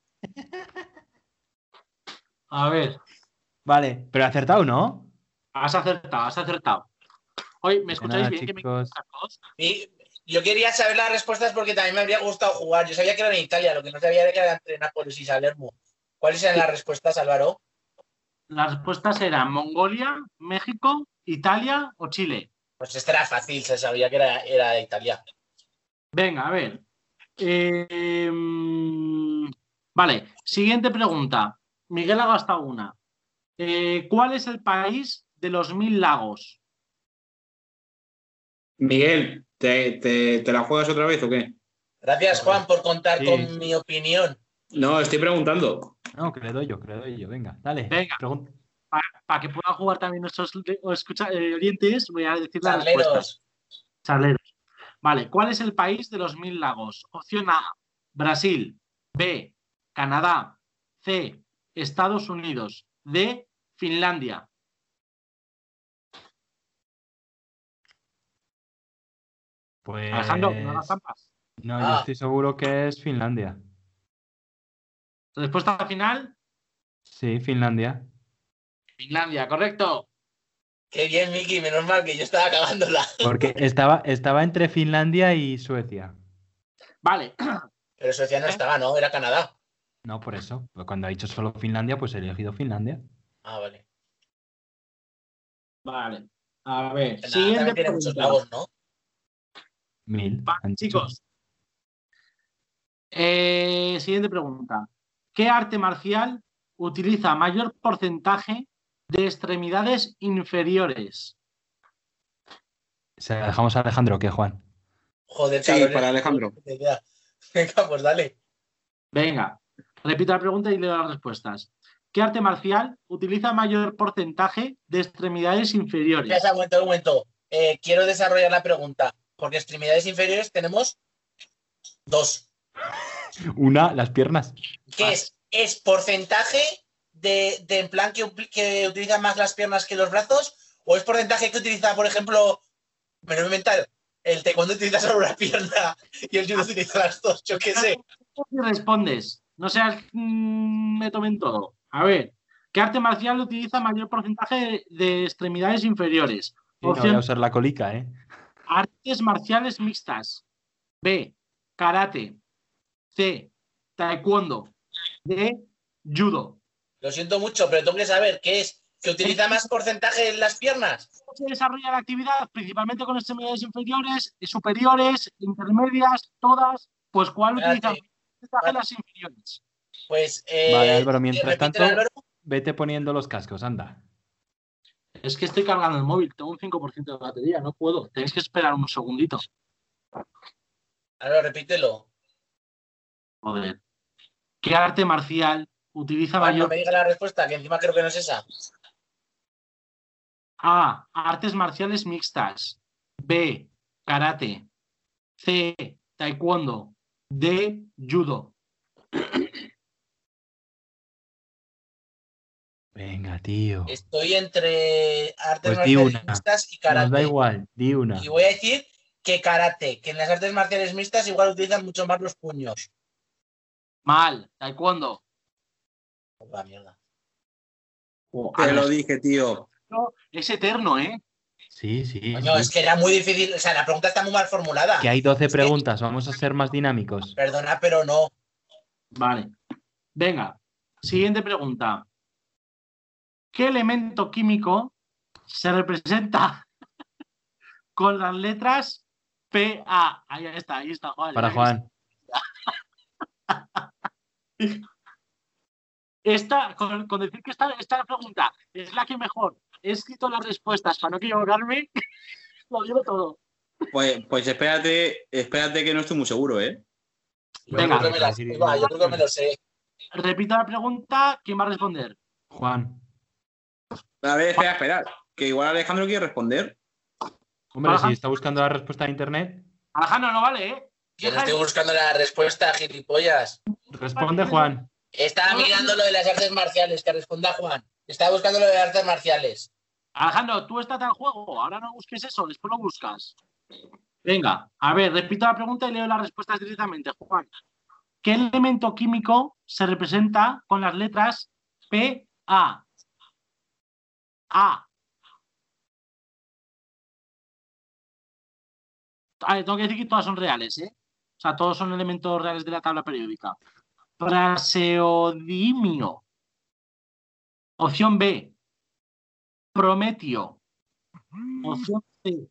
Speaker 7: A ver,
Speaker 4: Vale, pero acertado, ¿no?
Speaker 7: has acertado, has acertado. Oye, ¿me escucháis
Speaker 4: nada,
Speaker 7: bien? ¿Que me
Speaker 4: chicos.
Speaker 7: escucháis todos?
Speaker 6: Y yo quería saber las respuestas porque también me habría gustado jugar. Yo sabía que era en Italia, lo que no sabía era que era entre Nápoles y Salerno. ¿Cuáles eran las respuestas, Álvaro?
Speaker 7: Las respuestas eran Mongolia, México, Italia o Chile.
Speaker 6: Pues esta era fácil, se sabía que era, era de Italia.
Speaker 7: Venga, a ver. Eh, mm, Vale, siguiente pregunta. Miguel ha gastado una. Eh, ¿Cuál es el país de los mil lagos?
Speaker 5: Miguel, ¿te, te, te la juegas otra vez o qué?
Speaker 6: Gracias, Juan, por contar
Speaker 4: Sí.
Speaker 6: con mi opinión.
Speaker 5: No, estoy preguntando.
Speaker 4: No, que le doy yo, que le doy yo. Venga, dale.
Speaker 7: Venga.
Speaker 4: pregunta.
Speaker 7: Para, que puedan jugar también nuestros li- o escucha- eh, oyentes, voy a decir las respuestas.
Speaker 6: Charleros,
Speaker 7: Charleros. Vale, ¿cuál es el país de los mil lagos? Opción A, Brasil. B, Canadá. C, Estados Unidos. D, Finlandia.
Speaker 4: Pues...
Speaker 7: Alejandro, no hagas trampas.
Speaker 4: No,
Speaker 6: Ah.
Speaker 4: yo estoy seguro que es Finlandia.
Speaker 7: Respuesta final,
Speaker 4: Sí, Finlandia.
Speaker 7: Finlandia, correcto.
Speaker 6: qué bien, Miki, menos mal que yo estaba acabándola.
Speaker 4: Porque estaba, estaba entre Finlandia y Suecia.
Speaker 7: Vale,
Speaker 6: Pero Suecia no estaba, ¿no? Era Canadá.
Speaker 4: No, por eso. Pues Cuando ha dicho solo Finlandia, pues he elegido Finlandia.
Speaker 6: Ah, vale.
Speaker 7: vale. A ver,
Speaker 6: Canadá
Speaker 7: siguiente
Speaker 6: también tiene muchos
Speaker 7: pregunta.
Speaker 6: lagos, ¿no?
Speaker 4: Mil.
Speaker 7: Va,
Speaker 4: han dicho.
Speaker 7: chicos. Eh, siguiente pregunta. ¿Qué arte marcial utiliza mayor porcentaje de extremidades inferiores?
Speaker 4: Se la dejamos a Alejandro, que Juan.
Speaker 6: Joder,
Speaker 5: Sí,
Speaker 6: cabrones,
Speaker 5: para Alejandro.
Speaker 6: te queda. Venga, pues dale.
Speaker 7: Venga, repito la pregunta y leo las respuestas. ¿Qué arte marcial utiliza mayor porcentaje de extremidades
Speaker 6: Ya
Speaker 7: inferiores?
Speaker 6: se aguantó un momento. Eh, quiero desarrollar la pregunta. Porque extremidades inferiores tenemos dos.
Speaker 4: Una, las piernas.
Speaker 6: ¿Qué es? ¿Es porcentaje de, de en plan que, upli- que utiliza más las piernas que los brazos? ¿O es porcentaje que utiliza, por ejemplo, me lo voy a inventar, el taekwondo utiliza solo una pierna y el judo utiliza las dos? Yo qué sé.
Speaker 7: Y respondes. No seas mm, me tomen todo. A ver, ¿qué arte marcial utiliza mayor porcentaje de, de extremidades inferiores?
Speaker 4: Sí, no voy
Speaker 7: Opción
Speaker 4: a usar la colica, ¿eh?
Speaker 7: Artes marciales mixtas. B. Karate. C. Taekwondo. D. Judo.
Speaker 6: Lo siento mucho, pero tengo que saber qué es. ¿Que utiliza más porcentaje en las piernas?
Speaker 7: ¿Cómo se desarrolla la actividad? Principalmente con extremidades inferiores, superiores, intermedias, todas. Pues, ¿cuál utiliza?
Speaker 6: Espérate.
Speaker 7: porcentaje las inferiores?
Speaker 6: Ah, Pues. eh,
Speaker 4: Vale, Álvaro,
Speaker 6: ¿te
Speaker 4: mientras
Speaker 6: repiten,
Speaker 4: tanto-
Speaker 6: Álvaro?
Speaker 4: Vete poniendo los cascos, anda.
Speaker 7: Es que estoy cargando el móvil, tengo un 5% de batería, no puedo. Tenéis que esperar un segundito.
Speaker 6: Álvaro, repítelo.
Speaker 7: Joder. ¿Qué arte marcial utiliza
Speaker 6: Cuando
Speaker 7: mayor
Speaker 6: me diga la respuesta, que encima creo que no es esa.
Speaker 7: A. Artes marciales mixtas. B. Karate. C. Taekwondo. D. Judo.
Speaker 4: Venga, tío.
Speaker 6: Estoy entre artes
Speaker 4: Pues di
Speaker 6: marciales
Speaker 4: una.
Speaker 6: mixtas y
Speaker 4: Nos da
Speaker 6: karate.
Speaker 4: igual, di una.
Speaker 6: Y voy a decir que karate, que en las artes marciales mixtas igual utilizan mucho más los puños.
Speaker 7: Mal. Taekwondo.
Speaker 6: Puta mierda.
Speaker 5: Te lo dije, tío.
Speaker 7: Alejandro, Ah, Es eterno, ¿eh?
Speaker 4: Sí, sí.
Speaker 6: Coño,
Speaker 4: sí.
Speaker 6: es que era muy difícil. O sea, la pregunta está muy mal formulada.
Speaker 4: Que hay 12
Speaker 6: es que-
Speaker 4: preguntas, vamos a ser más dinámicos.
Speaker 6: Perdona, pero no.
Speaker 7: Vale. Venga. Siguiente pregunta. ¿Qué elemento químico se representa con las letras PA? Ahí está, ahí está, Juan.
Speaker 4: Para Juan.
Speaker 7: Esta, con, con decir que esta, esta pregunta es la que mejor he escrito las respuestas para no equivocarme, lo digo todo.
Speaker 5: Pues, pues espérate, espérate que no estoy muy seguro, ¿eh?
Speaker 6: Yo
Speaker 7: Venga.
Speaker 6: creo que me la- Iba, yo creo que me lo sé.
Speaker 7: Repito la pregunta, ¿quién va a responder?
Speaker 4: Juan.
Speaker 5: A ver, espera, espera. Que igual Alejandro quiere responder.
Speaker 4: Hombre,
Speaker 7: Ajá.
Speaker 4: si está buscando la respuesta en internet,
Speaker 7: Alejandro, no vale, ¿eh?
Speaker 6: Yo no
Speaker 7: Deja de-
Speaker 6: estoy buscando la respuesta, gilipollas.
Speaker 4: responde Juan.
Speaker 6: Estaba mirando lo de las artes marciales, que responda Juan. Estaba buscando lo de las artes marciales.
Speaker 7: Alejandro, tú estás al juego, ahora no busques eso, después lo buscas. Venga, a ver, repito la pregunta y leo las respuestas directamente, Juan. ¿Qué elemento químico se representa con las letras PA? A. A ver, tengo que decir que todas son reales, ¿eh? O sea, todos son elementos reales de la tabla periódica. Praseodimio. Opción B, Prometio. Opción C.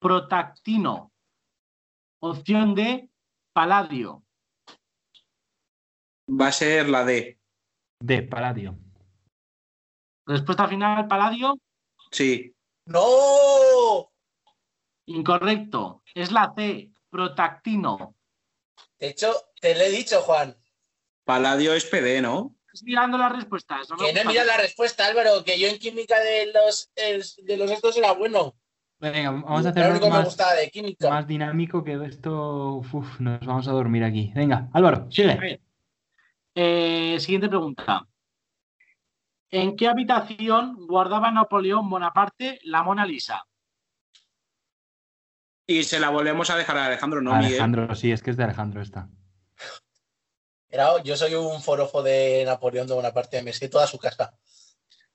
Speaker 7: Protactino. Opción D. Paladio.
Speaker 5: Va a ser la D.
Speaker 4: D, paladio.
Speaker 7: Respuesta final, paladio.
Speaker 5: Sí.
Speaker 6: ¡No!
Speaker 7: Incorrecto. Es la C, protactino.
Speaker 6: De hecho, te lo he dicho, Juan.
Speaker 5: Paladio es PD, ¿no?
Speaker 7: Estás mirando las respuestas. no me
Speaker 6: Que no he
Speaker 7: gusta.
Speaker 6: mirado la respuesta, Álvaro, que yo en química de los, es- de los estos era bueno.
Speaker 4: Venga, vamos a
Speaker 6: Lo
Speaker 4: hacer
Speaker 6: único que me
Speaker 4: más,
Speaker 6: gustaba de química.
Speaker 4: más dinámico que esto. Uf, nos vamos a dormir aquí. Venga, Álvaro,
Speaker 7: A
Speaker 4: sigue.
Speaker 7: ver. Eh, siguiente pregunta. ¿En qué habitación guardaba Napoleón Bonaparte la Mona Lisa?
Speaker 5: Y se la volvemos a dejar a Alejandro, no Miguel.
Speaker 4: Alejandro, sí, es que es de Alejandro esta.
Speaker 6: Era- oh, yo soy un forofo de Napoleón de Bonaparte, me sé toda su casa.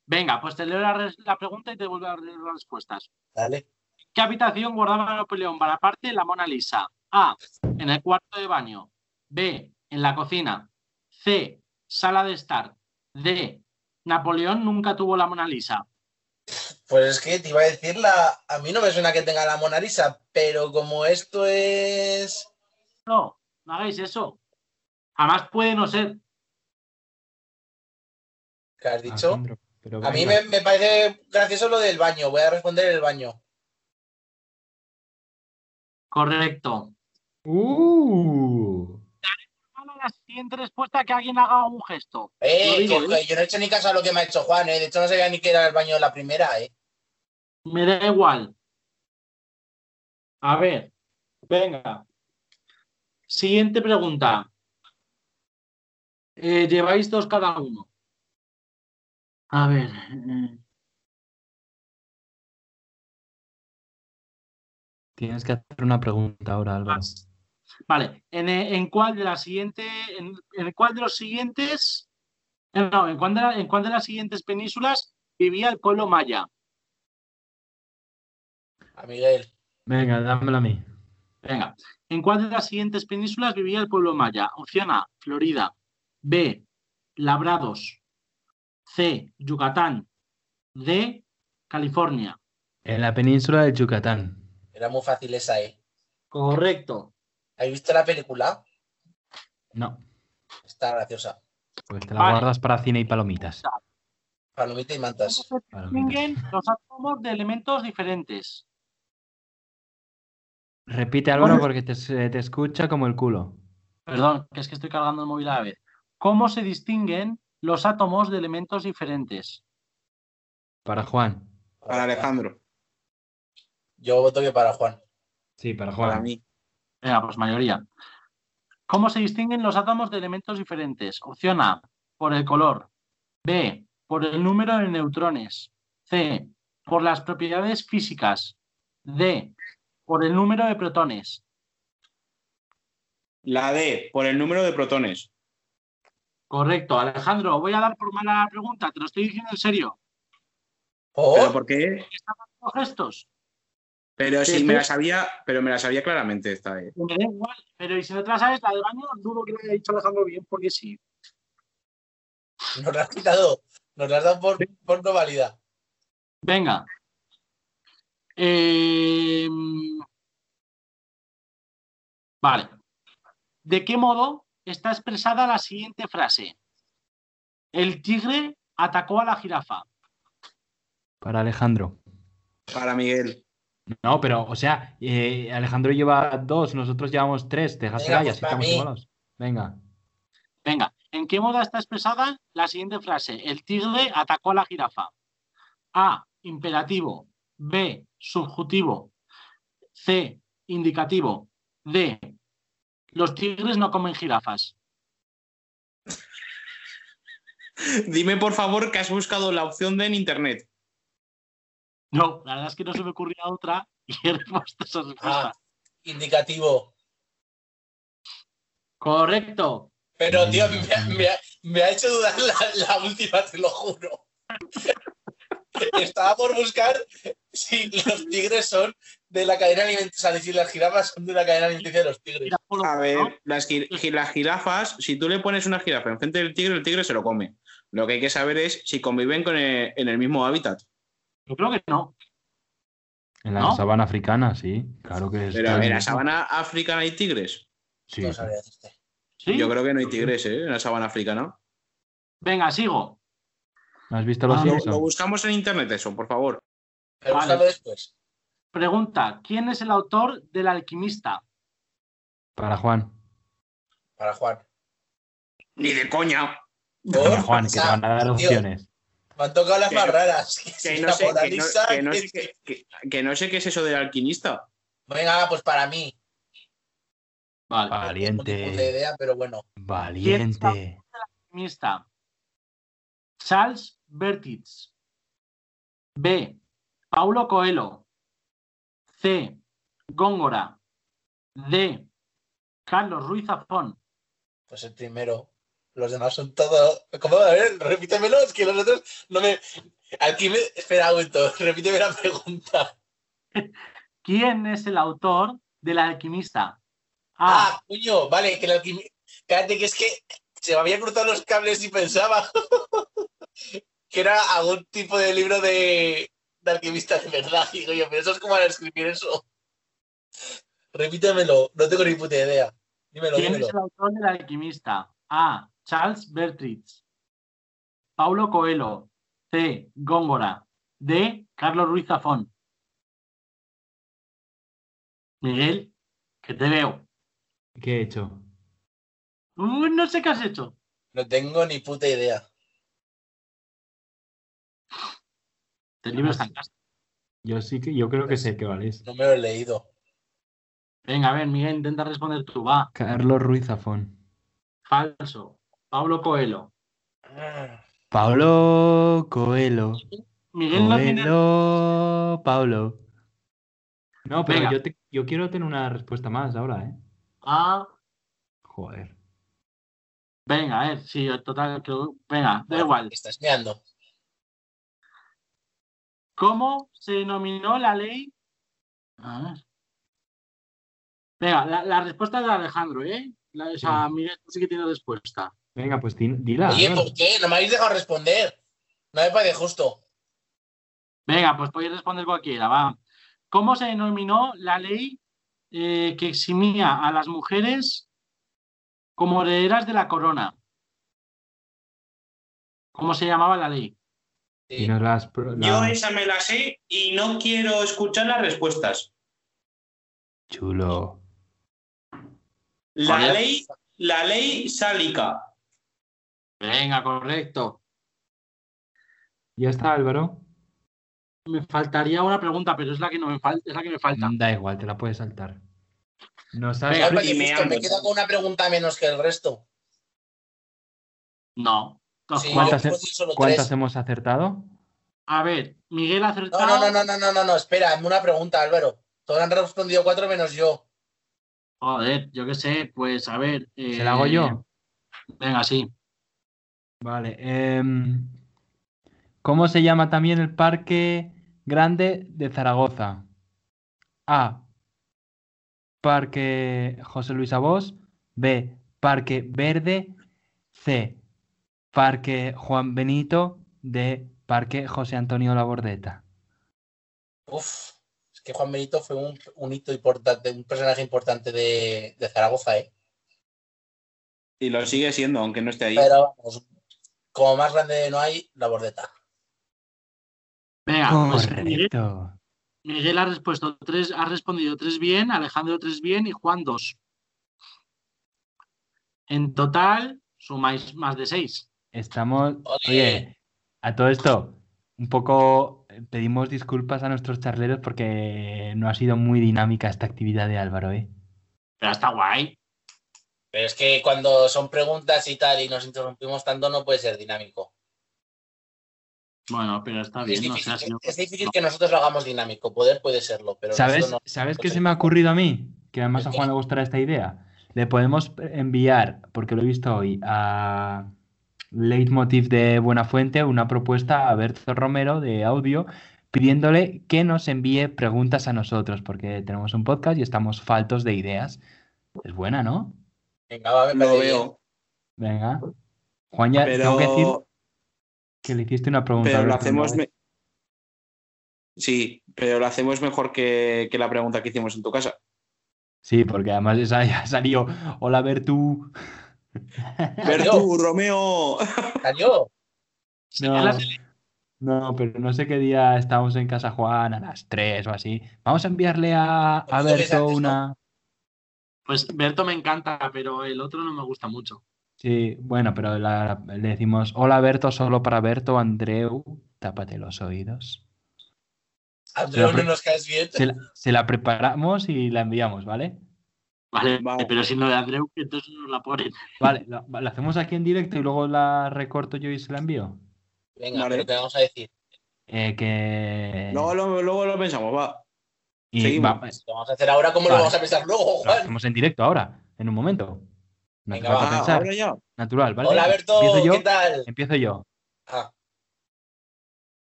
Speaker 7: Venga, pues te leo la, res- la pregunta y te vuelvo a leer las respuestas.
Speaker 6: ¿Vale?
Speaker 7: ¿Qué habitación guardaba Napoleón Bonaparte la Mona Lisa? A. En el cuarto de baño. B. En la cocina. C. Sala de estar. D. Napoleón nunca tuvo la Mona Lisa.
Speaker 6: Pues es que te iba a decir la. A mí no me suena que tenga la Mona Lisa, pero como esto es.
Speaker 7: No, no hagáis eso. Además puede no ser.
Speaker 6: ¿Qué has dicho?
Speaker 4: Alejandro, pero
Speaker 6: A mí
Speaker 4: venga.
Speaker 6: me, me parece gracioso lo del baño. Voy a responder el baño.
Speaker 7: Correcto.
Speaker 4: Uh.
Speaker 7: mano la siguiente respuesta que alguien haga un gesto.
Speaker 6: Eh,
Speaker 7: Lo digo,
Speaker 6: que-
Speaker 7: ¿eh?
Speaker 6: que yo no he hecho ni caso a lo que me ha hecho Juan, eh. De hecho, no sabía ni que era el baño de la primera, eh.
Speaker 7: Me da igual. A ver. Venga. Siguiente pregunta. Eh, lleváis dos cada uno. A ver. eh,
Speaker 4: Tienes que hacer una pregunta ahora, Álvaro.
Speaker 7: vas. Vale. ¿En, eh, en cuál de las siguientes. En, en cuál de los siguientes. eh, No, ¿en cuál, de la- ¿en cuál de las siguientes penínsulas vivía el pueblo maya?
Speaker 6: A Ah, Miguel.
Speaker 4: Venga, dámela a mí.
Speaker 7: Venga, ¿en cuál de las siguientes penínsulas vivía el pueblo maya? Opción A, Florida. B, Labrados. C, Yucatán. D, California.
Speaker 4: En la península de Yucatán.
Speaker 6: Era muy fácil esa, eh.
Speaker 7: Correcto.
Speaker 6: ¿Habéis visto la película?
Speaker 4: No,
Speaker 6: Está graciosa.
Speaker 4: pues te la
Speaker 7: Vale.
Speaker 4: guardas para cine y palomitas.
Speaker 6: Palomita y mantas.
Speaker 4: Palomitas.
Speaker 7: Distinguen los átomos de elementos diferentes.
Speaker 4: Repite, Álvaro, porque te, se te escucha como el culo.
Speaker 7: Perdón, que es que estoy cargando el móvil a la vez. ¿Cómo se distinguen los átomos de elementos diferentes?
Speaker 4: Para Juan.
Speaker 5: Para Alejandro,
Speaker 6: Yo voto que para Juan.
Speaker 4: Sí, para
Speaker 5: para
Speaker 4: Juan.
Speaker 5: mí.
Speaker 7: Venga, pues mayoría. ¿Cómo se distinguen los átomos de elementos diferentes? Opción A, por el color. B, por el número de neutrones. C, por las propiedades físicas. D, por el número de protones.
Speaker 5: La D, por el número de protones.
Speaker 7: Correcto, Alejandro, voy a dar por mala la pregunta, te lo estoy diciendo en serio.
Speaker 6: Oh,
Speaker 5: ¿Pero por qué?
Speaker 7: Los gestos,
Speaker 5: Pero
Speaker 7: Sí,
Speaker 5: sí, me
Speaker 7: sí.
Speaker 5: la sabía, pero me la sabía claramente esta D.
Speaker 7: me da igual, pero y si no te la sabes, la de baño, dudo que lo haya dicho Alejandro bien, porque sí.
Speaker 6: nos la has quitado. Nos la has dado por, por no válida.
Speaker 7: Venga. Em, vale. ¿De qué modo está expresada la siguiente frase? El tigre atacó a la jirafa.
Speaker 4: Para Alejandro.
Speaker 5: Para Miguel.
Speaker 4: No, pero, o sea, eh, Alejandro lleva dos, nosotros llevamos tres.
Speaker 6: Venga,
Speaker 4: Déjasela y
Speaker 6: pues
Speaker 4: así
Speaker 6: para
Speaker 4: estamos
Speaker 6: mí.
Speaker 4: igualados. Venga.
Speaker 7: Venga, ¿en qué modo está expresada la siguiente frase? El tigre atacó a la jirafa. A, imperativo. B, subjuntivo. C, indicativo. D, los tigres no comen jirafas.
Speaker 5: Dime por favor que has buscado la opción D en internet.
Speaker 7: No, la verdad es que no se me ocurría otra y he respuesto esa respuesta.
Speaker 6: Ah, indicativo.
Speaker 7: Correcto.
Speaker 6: Pero, tío, me, ha- me ha- me ha hecho dudar la, la última, te lo juro. Estaba por buscar si los tigres son de la cadena alimenticia, o sea, si las jirafas son de la cadena alimenticia de los tigres.
Speaker 7: Mira, por lo
Speaker 5: A
Speaker 7: que no,
Speaker 5: ver, las, gi- gi- las jirafas, si tú le pones una jirafa enfrente del tigre, el tigre se lo come. Lo que hay que saber es si conviven con el- en el mismo hábitat.
Speaker 7: Yo creo que no.
Speaker 4: En la
Speaker 7: ¿No?
Speaker 4: sabana africana, sí. Claro que es.
Speaker 5: Pero en la sabana africana hay tigres.
Speaker 4: Sí,
Speaker 6: No
Speaker 4: sí.
Speaker 6: sabía este. decirte.
Speaker 7: ¿Sí?
Speaker 5: Yo creo que no hay tigres, ¿eh? En la sabana africana.
Speaker 7: Venga, sigo.
Speaker 4: ¿No has visto los
Speaker 7: Ah, no,
Speaker 5: Lo,
Speaker 4: Simpsons?
Speaker 5: lo buscamos en internet, eso, por favor.
Speaker 6: Pero
Speaker 7: Vale.
Speaker 6: búscalo después.
Speaker 7: Pregunta: ¿Quién es el autor del alquimista?
Speaker 4: Para Juan.
Speaker 6: Para Juan.
Speaker 5: Ni de coña.
Speaker 6: Por-
Speaker 4: Para Juan, que te
Speaker 6: Ah,
Speaker 4: van a dar
Speaker 6: tío,
Speaker 4: opciones.
Speaker 6: Me han tocado las
Speaker 5: Que
Speaker 6: más
Speaker 5: no-
Speaker 6: raras.
Speaker 5: Que
Speaker 6: si
Speaker 5: no
Speaker 6: la
Speaker 5: sé, que no,
Speaker 6: moraliza,
Speaker 5: que no sé,
Speaker 6: es que-
Speaker 5: qué- que- que no sé qué es eso del alquimista.
Speaker 6: Venga, pues para mí.
Speaker 7: Vale.
Speaker 6: No tengo puta
Speaker 4: Valiente.
Speaker 6: idea, pero bueno.
Speaker 4: Valiente.
Speaker 7: Alquimista. Charles Bertitz. B. Paulo Coelho. C. Góngora. D. Carlos Ruiz Zafón.
Speaker 6: Pues el primero. Los demás son todo. ¿Cómo? A ver, repítemelo, es que los otros no me. Aquí me. Espera, Augusto, repíteme la pregunta.
Speaker 7: ¿Quién es el autor del alquimista?
Speaker 6: Ah,
Speaker 7: A.
Speaker 6: coño, vale, que el alquimista. Cállate, que es que se me había cruzado los cables y pensaba que era algún tipo de libro de, de alquimista de verdad. Digo yo, pero eso es como al escribir eso. Repítemelo, no tengo ni puta idea. Dímelo,
Speaker 7: ¿Quién es
Speaker 6: dímelo.
Speaker 7: el autor del alquimista? A. Charles Bertitz. Paulo Coelho. C. Góngora. D. Carlos Ruiz Zafón. Miguel, que te veo.
Speaker 4: ¿Qué he hecho?
Speaker 7: Uh, no sé qué has hecho.
Speaker 6: No tengo ni puta idea.
Speaker 7: Te libras tan casa.
Speaker 4: Yo sí que, yo creo que sé qué vale.
Speaker 6: No me lo he leído.
Speaker 7: Venga, a ver, Miguel, intenta responder tú. Va.
Speaker 4: Carlos Ruiz Zafón.
Speaker 7: Falso. Pablo Coelho.
Speaker 4: Pablo Coelho.
Speaker 7: Miguel no tiene.
Speaker 4: Coelho. Pablo. No, pero
Speaker 7: Venga.
Speaker 4: yo, te- yo quiero tener una respuesta más ahora, ¿eh?
Speaker 7: Ah,
Speaker 4: Joder.
Speaker 7: venga, a ver, sí, total. que- Venga, da igual.
Speaker 6: Estás meando.
Speaker 7: ¿Cómo se denominó la ley? A ver. Venga, la, la respuesta es de Alejandro, ¿eh? La, o sea, Miguel sí que tiene respuesta.
Speaker 4: Venga, pues di- dila.
Speaker 6: Oye,
Speaker 4: ¿no?
Speaker 6: ¿por qué? No me habéis dejado responder. No me parece justo.
Speaker 7: Venga, pues podéis responder cualquiera, va. ¿Cómo se denominó la ley eh, que eximía a las mujeres como herederas de la corona? ¿Cómo se llamaba la ley?
Speaker 6: Sí.
Speaker 4: Dinos las pro-
Speaker 5: Yo
Speaker 4: las-
Speaker 5: esa me la sé y no quiero escuchar las respuestas.
Speaker 4: Chulo.
Speaker 5: La
Speaker 7: Joder.
Speaker 5: ley, la ley sálica.
Speaker 7: Venga, correcto.
Speaker 4: ¿Ya está, Álvaro?
Speaker 7: Me faltaría una pregunta, pero es la que no me falta, es la que me falta.
Speaker 4: Mm, Da igual, te la puedes saltar. Nos has
Speaker 7: Venga,
Speaker 6: Oye,
Speaker 5: y me
Speaker 6: justo, me
Speaker 5: amo.
Speaker 6: queda con una pregunta menos que el resto.
Speaker 7: No.
Speaker 6: Sí, yo
Speaker 4: ¿Cuántas,
Speaker 6: puedo
Speaker 4: he-
Speaker 6: decir solo
Speaker 4: cuántas
Speaker 6: tres.
Speaker 4: hemos acertado?
Speaker 7: A ver, Miguel ha acertado.
Speaker 6: No, no, no, no, no, no, no, no, espera, hazme una pregunta, Álvaro. Todos han respondido cuatro menos yo.
Speaker 7: Joder, yo qué sé, pues a ver. eh,
Speaker 4: ¿Se la hago yo?
Speaker 7: Venga, sí.
Speaker 4: Vale. em, ¿Cómo se llama también el Parque Grande de Zaragoza? A. Parque José Luis Abós. B. Parque Verde. C. Parque Juan Benito. D. Parque José Antonio Labordeta.
Speaker 6: Uf, es que Juan Benito fue un, un hito importante, un personaje importante de, de Zaragoza, ¿eh?
Speaker 5: Y lo sigue siendo, aunque no esté ahí.
Speaker 6: Pero vamos, como más grande no hay, la bordeta.
Speaker 7: Venga, pues Miguel,
Speaker 4: Correcto.
Speaker 7: Miguel ha, respuesto tres, ha respondido tres bien, Alejandro tres bien y Juan dos. En total, sumáis más de seis.
Speaker 4: Estamos.
Speaker 6: Ole.
Speaker 4: Oye, a todo esto, un poco eh, pedimos disculpas a nuestros charleros porque no ha sido muy dinámica esta actividad de Álvaro, ¿eh?
Speaker 7: Pero está guay.
Speaker 6: Pero es que cuando son preguntas y tal y nos interrumpimos tanto, no puede ser dinámico.
Speaker 7: Bueno, pero está
Speaker 6: Es
Speaker 7: bien, no
Speaker 6: difícil,
Speaker 7: seas yo.
Speaker 6: es difícil que nosotros lo hagamos dinámico, poder puede serlo, pero
Speaker 4: ¿Sabes,
Speaker 6: nosotros no.
Speaker 4: ¿sabes
Speaker 6: no
Speaker 4: qué
Speaker 6: sé.
Speaker 4: se me ha ocurrido a mí? Que además a
Speaker 6: ¿Qué
Speaker 4: Juan le gustará esta idea. Le podemos enviar, porque lo he visto hoy, a Leitmotiv de Buenafuente una propuesta a Berto Romero de audio pidiéndole que nos envíe preguntas a nosotros, porque tenemos un podcast y estamos faltos de ideas. Es buena, ¿no?
Speaker 6: Venga, va, me
Speaker 5: Lo
Speaker 6: parece bien.
Speaker 5: veo.
Speaker 4: Venga. Juan, ya tengo que decir
Speaker 5: Pero,
Speaker 4: que le hiciste una pregunta.
Speaker 5: pero lo
Speaker 4: la última
Speaker 5: hacemos.
Speaker 4: vez.
Speaker 5: me- Sí, pero lo hacemos mejor que, que la pregunta que hicimos en tu casa.
Speaker 4: Sí, porque además esa ya salió. Hola, Bertu.
Speaker 5: Bertú, Romeo.
Speaker 6: Cayó.
Speaker 4: No, no, pero no sé qué día estábamos en casa Juan a las 3 o así. Vamos a enviarle a, a
Speaker 6: Pues tú ves
Speaker 4: Berto
Speaker 6: antes, ¿no?
Speaker 4: una.
Speaker 10: Pues Berto me encanta, pero el otro no me gusta mucho.
Speaker 4: Sí, bueno, pero la- le decimos: Hola Berto, solo para Berto, Andreu, tápate los oídos.
Speaker 6: Andreu,
Speaker 4: Pero-
Speaker 6: no nos caes bien.
Speaker 4: Se la, se la preparamos y la enviamos, ¿vale?
Speaker 10: Vale,
Speaker 5: Vale.
Speaker 10: pero si no de Andreu, que entonces nos la ponen.
Speaker 4: Vale, la, la hacemos aquí en directo y luego la recorto yo y se la envío.
Speaker 6: Venga,
Speaker 5: Vale.
Speaker 6: pero ¿qué vamos a decir?
Speaker 4: Eh, que.
Speaker 5: Luego lo, luego lo pensamos, va.
Speaker 4: y
Speaker 5: seguimos.
Speaker 4: va-
Speaker 6: ¿Lo vamos a hacer ahora? ¿Cómo lo
Speaker 4: Vale.
Speaker 6: vamos a pensar luego,
Speaker 4: lo
Speaker 6: Juan?
Speaker 4: hacemos en directo ahora, en un momento. No hace
Speaker 6: Venga,
Speaker 4: falta
Speaker 6: va,
Speaker 5: Ah,
Speaker 4: pensar.
Speaker 5: ahora ya.
Speaker 4: Natural, ¿vale?
Speaker 6: Hola, Berto,
Speaker 4: Empiezo yo.
Speaker 6: ¿qué tal?
Speaker 4: Empiezo yo.
Speaker 6: Ah,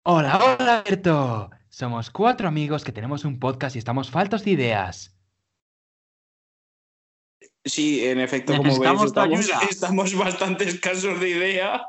Speaker 4: Hola, hola, Berto. Somos cuatro amigos que tenemos un podcast y estamos faltos de ideas.
Speaker 5: Sí, en efecto, como veis,
Speaker 10: Necesitamos tu
Speaker 5: estamos,
Speaker 10: ayuda.
Speaker 5: estamos bastante escasos de idea.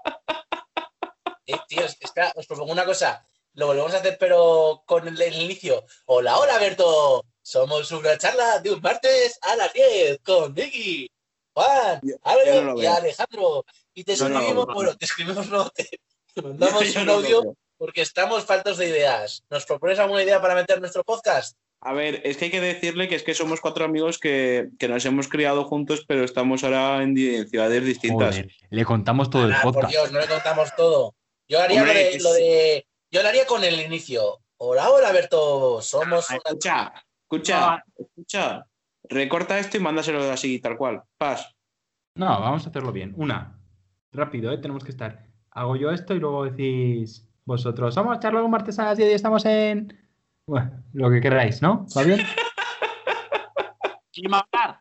Speaker 6: eh, tíos, espera, os propongo una cosa. Lo volvemos a hacer, pero con el, el inicio. Hola, hola, Berto. Somos una charla de un martes a las 10 con Nicky, Juan,
Speaker 5: Yo- yo
Speaker 6: Álvaro
Speaker 5: no lo
Speaker 6: y
Speaker 5: veo.
Speaker 6: Alejandro. Y te
Speaker 5: Yo no lo
Speaker 6: escribimos,
Speaker 5: veo.
Speaker 6: bueno, te escribimos, no, te te mandamos
Speaker 5: Yo
Speaker 6: un
Speaker 5: no lo
Speaker 6: audio
Speaker 5: veo.
Speaker 6: porque estamos faltos de ideas. ¿Nos propones alguna idea para meter en nuestro podcast?
Speaker 5: A ver, es que hay que decirle que es que somos cuatro amigos que, que nos hemos criado juntos, pero estamos ahora en, di- en ciudades distintas.
Speaker 4: Joder, le contamos todo el
Speaker 6: Ah, por
Speaker 4: podcast.
Speaker 6: Dios, no le contamos todo. Yo haría
Speaker 5: Hombre,
Speaker 6: lo, de,
Speaker 5: es-
Speaker 6: lo de- Yo lo haría con el inicio. Hola, hola, Berto. Somos
Speaker 5: Ah,
Speaker 6: una...
Speaker 5: Escucha, escucha, escucha. Recorta esto y mándaselo así, tal cual. Paz.
Speaker 4: No, vamos a hacerlo bien. Una. Rápido, ¿eh? Tenemos que estar. Hago yo esto y luego decís vosotros. Vamos a charlar un martes a las 10 y estamos en. Bueno, lo que queráis, ¿no? ¿Va bien?
Speaker 10: ¿Quién va a hablar?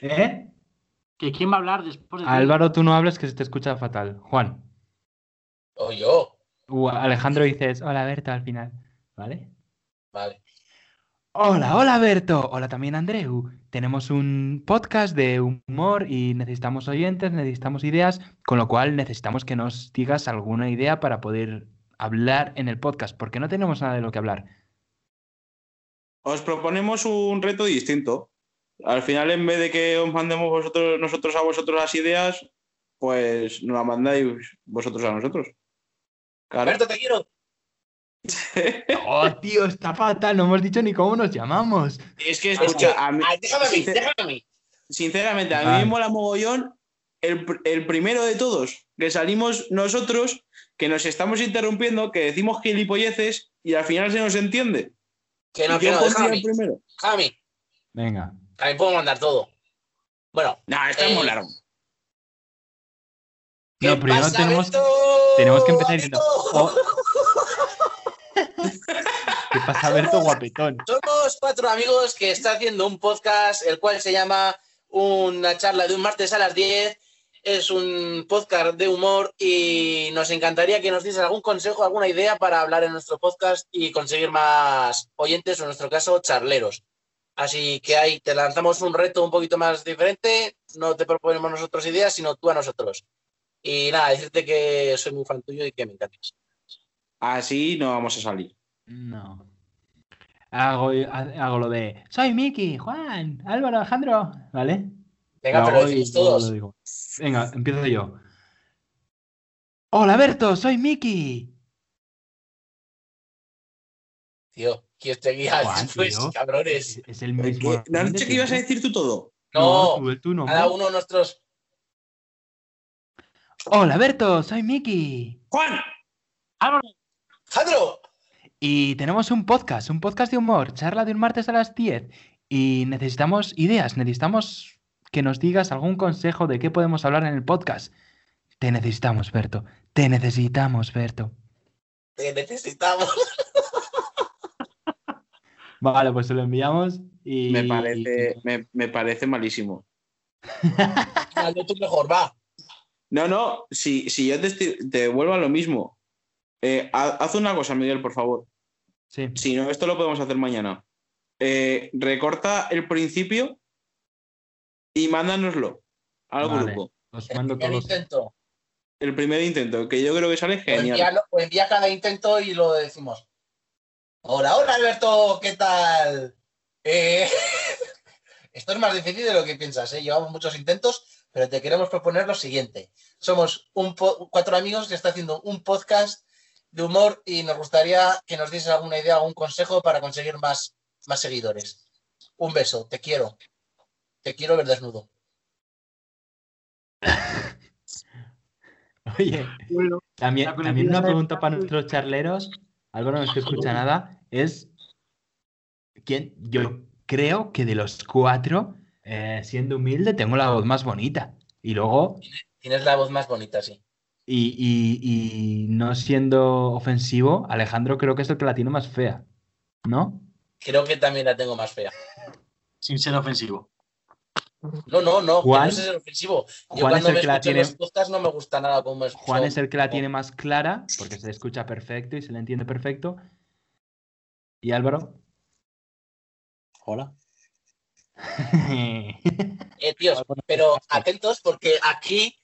Speaker 4: ¿Eh?
Speaker 10: ¿Que ¿Quién va a hablar después de ti?
Speaker 4: Álvaro, tú no hablas que se te escucha fatal. Juan.
Speaker 6: O yo.
Speaker 4: O Alejandro dices, hola Berto al final. ¿Vale?
Speaker 6: Vale.
Speaker 4: Hola, hola Berto. Hola también Andreu. Tenemos un podcast de humor y necesitamos oyentes, necesitamos ideas, con lo cual necesitamos que nos digas alguna idea para poder hablar en el podcast, porque no tenemos nada de lo que hablar.
Speaker 5: Os proponemos un reto distinto. Al final, en vez de que os mandemos vosotros, nosotros a vosotros las ideas, pues nos la mandáis vosotros a nosotros. Claro.
Speaker 6: Berto, te quiero.
Speaker 4: Oh, tío, está fatal. No hemos dicho ni cómo nos llamamos.
Speaker 5: Es que escucha, a mí,
Speaker 6: Ah, déjame a mí,
Speaker 5: sincer-
Speaker 6: déjame a mí.
Speaker 5: sinceramente, a mí
Speaker 4: Vale.
Speaker 5: me mola mogollón el, pr- el primero de todos, que salimos nosotros, que nos estamos interrumpiendo, que decimos gilipolleces y al final se nos entiende.
Speaker 6: Que no,
Speaker 5: ¿Y
Speaker 6: que no,
Speaker 5: quién
Speaker 6: déjame a
Speaker 5: pondría el
Speaker 6: mí.
Speaker 5: primero?
Speaker 6: Déjame a mí.
Speaker 4: Venga.
Speaker 6: A mí puedo mandar todo. Bueno,
Speaker 5: No, está
Speaker 6: Eh,
Speaker 5: muy largo.
Speaker 6: ¿qué
Speaker 4: No, primero
Speaker 6: pasa,
Speaker 4: tenemos-
Speaker 6: Berto?
Speaker 4: tenemos que empezar diciendo,
Speaker 6: Amigo,
Speaker 4: "Oh". ¿Qué pasa, Berto guapetón?
Speaker 6: Somos cuatro amigos que está haciendo un podcast, el cual se llama Una charla de un martes a las 10. Es un podcast de humor y nos encantaría que nos diese algún consejo, alguna idea para hablar en nuestro podcast y conseguir más oyentes, o en nuestro caso, charleros. Así que ahí te lanzamos un reto un poquito más diferente. No te proponemos nosotros ideas, sino tú a nosotros. Y nada, decirte que soy muy fan tuyo y que me encantas.
Speaker 5: Así no vamos a salir.
Speaker 4: No. Hago, ha- hago lo de, soy Miki, Juan, Álvaro, Alejandro. ¿Vale?
Speaker 6: Venga,
Speaker 4: Lo
Speaker 6: pero lo
Speaker 4: hago y
Speaker 6: decimos
Speaker 4: luego
Speaker 6: todos.
Speaker 4: lo digo. Venga, empiezo yo. Hola, Berto, soy Miki.
Speaker 6: Tío, ¿quién te guía
Speaker 4: Juan,
Speaker 6: después,
Speaker 4: tío.
Speaker 6: cabrones?
Speaker 4: Es, es el mismo.
Speaker 5: Pues, ¿Qué? ¿No has
Speaker 4: orden de
Speaker 5: dicho que ibas a
Speaker 4: siempre.
Speaker 5: decir tú todo?
Speaker 6: No,
Speaker 4: tú, tú no.
Speaker 6: cada uno nuestros.
Speaker 4: Hola, Berto, soy Miki.
Speaker 5: ¡Juan!
Speaker 10: Álvaro,
Speaker 6: ¡Jandro!
Speaker 4: Y tenemos un podcast, un podcast de humor, charla de un martes a las 10. Y necesitamos ideas, necesitamos que nos digas algún consejo de qué podemos hablar en el podcast. Te necesitamos, Berto. Te necesitamos, Berto.
Speaker 6: Te necesitamos.
Speaker 4: Vale, pues se lo enviamos y...
Speaker 5: Me parece, me, me parece malísimo.
Speaker 6: Hazlo tú mejor, va.
Speaker 5: No, no, si, si yo te, estoy- te vuelvo a lo mismo. Eh, ha- haz una cosa, Miguel, por favor.
Speaker 4: Sí.
Speaker 5: Si no, esto lo podemos hacer mañana. Eh, recorta el principio y mándanoslo al
Speaker 4: Vale.
Speaker 5: grupo.
Speaker 4: Os
Speaker 6: El
Speaker 4: mando
Speaker 6: primer
Speaker 4: todos.
Speaker 6: intento. O
Speaker 5: El primer intento, que yo creo que sale genial.
Speaker 6: enviarlo- O envía cada intento y lo decimos. Hola, hola, Alberto, ¿qué tal? Eh, Esto es más difícil de lo que piensas, ¿eh? Llevamos muchos intentos, pero te queremos proponer lo siguiente. Somos un po- cuatro amigos que está haciendo un podcast de humor y nos gustaría que nos dieses alguna idea, algún consejo para conseguir más, más seguidores. Un beso, te quiero. Te quiero ver desnudo.
Speaker 4: Oye,
Speaker 7: este
Speaker 10: Bueno,
Speaker 4: también,
Speaker 10: La
Speaker 4: también una
Speaker 10: curiosidad-
Speaker 4: pregunta para nuestros charleros, algo no se escucha nada, es quién, yo creo que de los cuatro, eh, siendo humilde, tengo la voz más bonita. Y luego,
Speaker 6: Tienes la voz más bonita, sí.
Speaker 4: y, y- y no siendo ofensivo, Alejandro creo que es el que la tiene más fea, ¿no?
Speaker 6: Creo que también la tengo más fea.
Speaker 10: sin ser ofensivo.
Speaker 6: No, no, no, que
Speaker 4: Juan-
Speaker 6: no sé ser ofensivo. Yo
Speaker 4: Juan es
Speaker 6: cuando
Speaker 4: el
Speaker 6: me
Speaker 4: que la
Speaker 6: escucho
Speaker 4: tiene-
Speaker 6: los podcasts no me gusta nada cómo es.
Speaker 4: Juan es el que la tiene más clara, porque se le escucha perfecto y se le entiende perfecto. ¿Y Álvaro?
Speaker 7: Hola.
Speaker 6: Eh, tíos, pero atentos porque aquí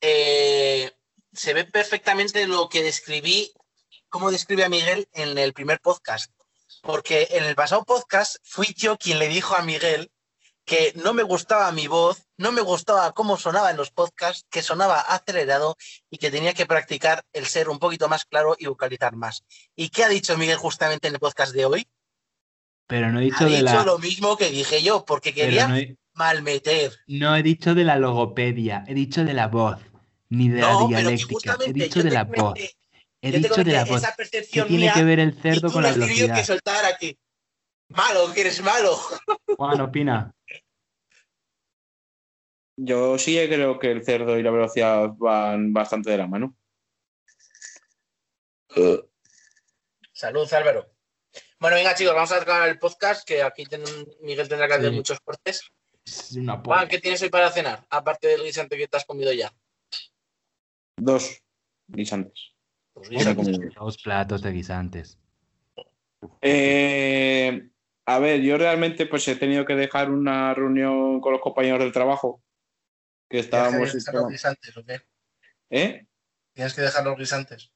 Speaker 6: eh, se ve perfectamente lo que describí, cómo describe a Miguel en el primer podcast. Porque en el pasado podcast fui yo quien le dijo a Miguel que no me gustaba mi voz, no me gustaba cómo sonaba en los podcasts, que sonaba acelerado y que tenía que practicar el ser un poquito más claro y vocalizar más. ¿Y qué ha dicho Miguel justamente en el podcast de hoy?
Speaker 4: Pero no he
Speaker 6: Ha
Speaker 4: dicho de
Speaker 6: dicho
Speaker 4: la...
Speaker 6: lo mismo que dije yo, porque
Speaker 4: pero
Speaker 6: quería
Speaker 4: no he-
Speaker 6: malmeter.
Speaker 4: No he dicho de la logopedia, he dicho de la voz, ni de la
Speaker 6: No, pero que
Speaker 4: dialéctica, he
Speaker 6: justamente
Speaker 4: dicho
Speaker 6: yo
Speaker 4: de
Speaker 6: te
Speaker 4: la
Speaker 6: comenté-
Speaker 4: voz, he
Speaker 6: yo te
Speaker 4: dicho de la
Speaker 6: comenté
Speaker 4: voz.
Speaker 6: Esa
Speaker 4: ¿Qué
Speaker 6: percepción
Speaker 4: tiene
Speaker 6: mía,
Speaker 4: que ver el
Speaker 6: y
Speaker 4: cerdo
Speaker 6: tú
Speaker 4: con
Speaker 6: me
Speaker 4: la
Speaker 6: has tenido
Speaker 4: velocidad?
Speaker 6: que soltar aquí. Malo, que eres malo.
Speaker 4: Juan, opina.
Speaker 5: Yo sí que creo que el cerdo y la velocidad van bastante de la mano.
Speaker 6: Salud, Álvaro. Bueno, venga, chicos, vamos a acabar el podcast, que aquí ten- Miguel tendrá que hacer
Speaker 4: Sí.
Speaker 6: muchos cortes.
Speaker 4: Es una
Speaker 6: Juan,
Speaker 4: polla.
Speaker 6: ¿qué tienes hoy para cenar? Aparte del guisante que te has comido ya.
Speaker 5: Dos guisantes.
Speaker 6: Pues
Speaker 5: Otra
Speaker 6: guisante.
Speaker 5: comida.
Speaker 4: Dos platos de guisantes.
Speaker 5: Eh, a ver, yo realmente pues he tenido que dejar una reunión con los compañeros del trabajo. Que estábamos.
Speaker 6: ¿Tienes que dejar los guisantes o qué?
Speaker 5: ¿Eh?
Speaker 6: Tienes que dejar los guisantes.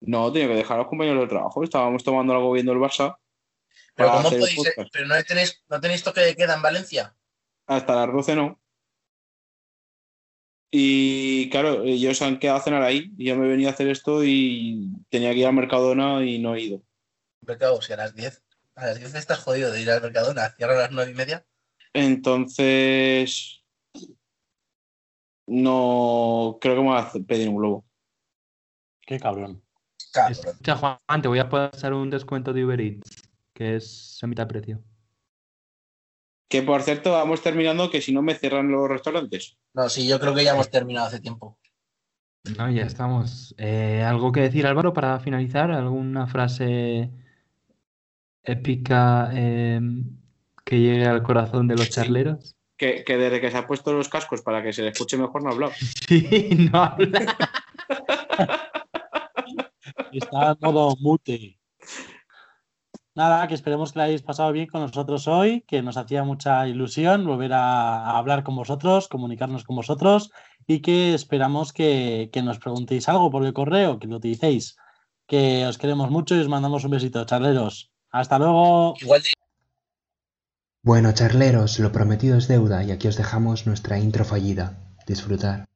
Speaker 5: No, tenía que dejar a los compañeros del trabajo. Estábamos tomando algo viendo el Barça
Speaker 6: Pero,
Speaker 5: para
Speaker 6: ¿cómo
Speaker 5: hacer el
Speaker 6: podéis, eh?
Speaker 5: podcast.
Speaker 6: pero no tenéis, no tenéis toque de queda en Valencia.
Speaker 5: Hasta las 12 no. Y claro, ellos se han quedado a cenar ahí. Y yo me venía a hacer esto y tenía que ir al Mercadona y no he ido.
Speaker 6: Hombre, claro, si a las 10. A las 10 estás jodido de ir al Mercadona. Cierra a las 9 y media.
Speaker 5: Entonces. No creo que me voy a hacer- pedir un globo.
Speaker 7: Qué cabrón.
Speaker 6: Cabrón.
Speaker 4: Escucha, Juan, te voy a pasar un descuento de Uber Eats, que es a mitad precio.
Speaker 5: Que por cierto, vamos terminando que si no me cierran los restaurantes.
Speaker 6: No, sí, yo creo que ya hemos terminado hace tiempo.
Speaker 4: No, ya estamos. Eh, ¿algo que decir, Álvaro, para finalizar? ¿Alguna frase épica em, que llegue al corazón de los charleros?
Speaker 5: Que, que desde que se ha puesto los cascos para que se le escuche mejor no ha hablado.
Speaker 4: Sí, no habla.
Speaker 7: Está en modo mute. Nada, que esperemos que la hayáis pasado bien con nosotros hoy, que nos hacía mucha ilusión volver a, a hablar con vosotros, comunicarnos con vosotros y que esperamos que, que nos preguntéis algo por el correo, que lo utilicéis, que os queremos mucho y os mandamos un besito, charleros. Hasta luego.
Speaker 6: Igual de
Speaker 2: Bueno, charleros, lo prometido es deuda y aquí os dejamos nuestra intro fallida. Disfrutar.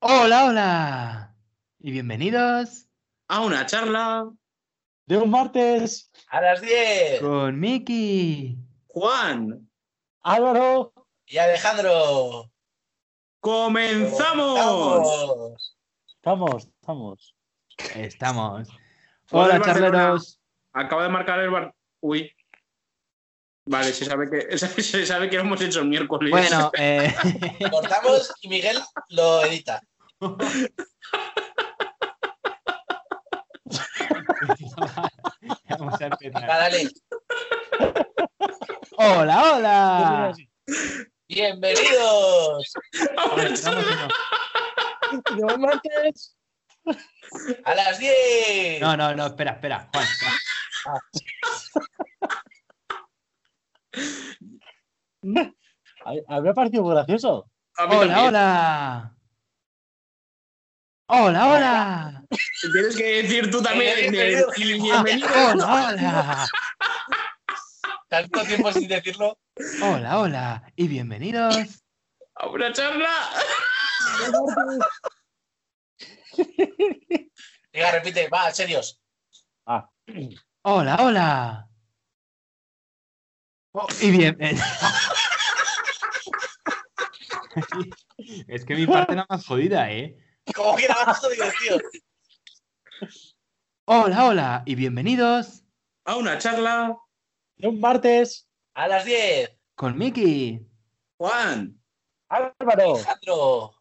Speaker 4: Hola, hola. Y bienvenidos
Speaker 5: A una charla,
Speaker 7: De un martes,
Speaker 6: a las 10.
Speaker 4: con Miki.
Speaker 5: Juan.
Speaker 7: Álvaro.
Speaker 6: Y Alejandro.
Speaker 5: ¡Comenzamos!
Speaker 6: Vamos.
Speaker 7: Estamos, estamos.
Speaker 4: Estamos.
Speaker 5: Hola,
Speaker 4: Hola,
Speaker 5: el Barcelona.
Speaker 4: charleros.
Speaker 5: Acaba de marcar el bar. Uy. Vale, se sabe que, se sabe que lo hemos hecho el miércoles.
Speaker 4: Bueno, eh,
Speaker 6: Cortamos y Miguel lo edita.
Speaker 4: vamos a
Speaker 6: Venga,
Speaker 4: empezar.
Speaker 6: dale.
Speaker 4: Hola, hola.
Speaker 6: Bienvenidos
Speaker 5: A una
Speaker 4: Estamos
Speaker 5: charla.
Speaker 4: en-
Speaker 7: De un martes.
Speaker 6: a las 10.
Speaker 4: No, no, no, espera, espera, Juan. espera.
Speaker 7: Habría parecido muy gracioso.
Speaker 5: A mí
Speaker 4: Hola,
Speaker 5: también.
Speaker 4: hola. Hola, hola.
Speaker 5: Tienes que decir tú también.
Speaker 6: Bienvenido.
Speaker 5: de- de-
Speaker 4: Ah,
Speaker 5: bienvenido.
Speaker 4: Hola, hola.
Speaker 6: Tanto tiempo sin decirlo.
Speaker 4: Hola, hola. Y bienvenidos
Speaker 5: ¡Abracharla!
Speaker 6: Venga, repite, va, serios.
Speaker 4: Hola, hola. y bien. eh. es que mi parte era más jodida, ¿eh?
Speaker 6: Como que era más divertido.
Speaker 4: Hola, hola y bienvenidos
Speaker 5: A una charla,
Speaker 7: Un martes,
Speaker 6: A las 10,
Speaker 4: con Miki.
Speaker 5: Juan.
Speaker 7: Álvaro.
Speaker 6: Alejandro.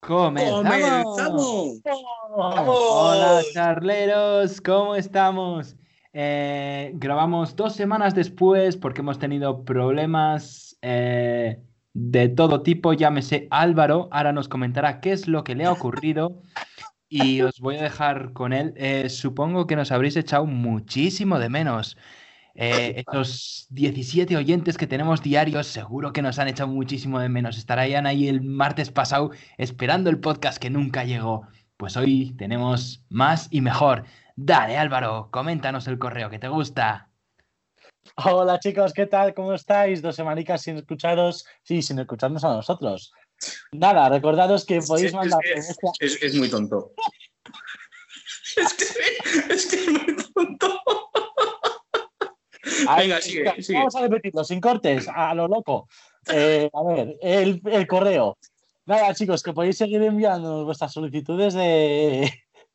Speaker 4: ¡Comenzamos!
Speaker 5: ¡Comenzamos!
Speaker 6: ¡Vamos!
Speaker 4: Hola, charleros, ¿cómo estamos? Eh, grabamos dos semanas después porque hemos tenido problemas eh, de todo tipo. Llámese Álvaro, ahora nos comentará qué es lo que le ha ocurrido y os voy a dejar con él. Eh, supongo que nos habréis echado muchísimo de menos. Eh, esos 17 oyentes que tenemos diarios, seguro que nos han echado muchísimo de menos. Estarían ahí el martes pasado esperando el podcast que nunca llegó. Pues hoy tenemos más y mejor. Dale, Álvaro, coméntanos el correo que te gusta.
Speaker 7: Hola chicos, ¿qué tal? ¿Cómo estáis? Dos semanicas sin escucharos, sí, sin escucharnos a nosotros. Nada, recordaros que podéis
Speaker 5: Sí,
Speaker 7: mandar
Speaker 5: es, que-
Speaker 7: vuestra-
Speaker 5: es- es muy tonto. es, que, es que es muy tonto.
Speaker 7: Ay,
Speaker 5: Venga, sigue,
Speaker 7: venga,
Speaker 5: sigue.
Speaker 7: Vamos a repetirlo, sin cortes, a lo loco. Eh, a ver, el, el correo. Nada, chicos, que podéis seguir enviando vuestras solicitudes de,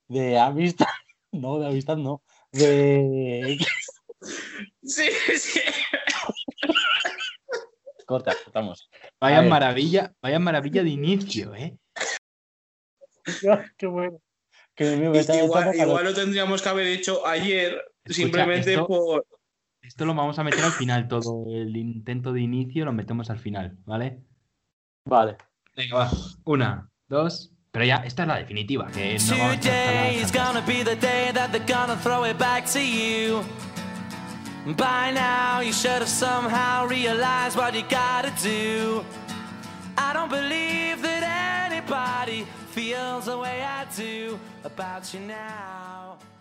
Speaker 7: de amistad. No, de amistad no. De.
Speaker 5: Sí, sí.
Speaker 7: Corta, cortamos.
Speaker 4: Vaya
Speaker 7: A ver.
Speaker 4: maravilla, vaya maravilla de inicio, ¿eh?
Speaker 7: Qué bueno. Que me me está-
Speaker 5: Igual,
Speaker 7: está-
Speaker 5: igual lo tendríamos que haber hecho ayer,
Speaker 4: Escucha,
Speaker 5: simplemente
Speaker 4: esto-
Speaker 5: por.
Speaker 4: Esto lo vamos a meter al final, todo el intento de inicio lo metemos al final, ¿vale?
Speaker 7: Vale.
Speaker 4: Venga, va. Una, dos. Pero ya, esta es la definitiva, que no vamos a estar
Speaker 9: Today's
Speaker 4: hasta la-
Speaker 9: gonna be the day that they're gonna throw it back to you. By now, you should have somehow realized what you gotta do. I don't believe that anybody feels the way I do about you now.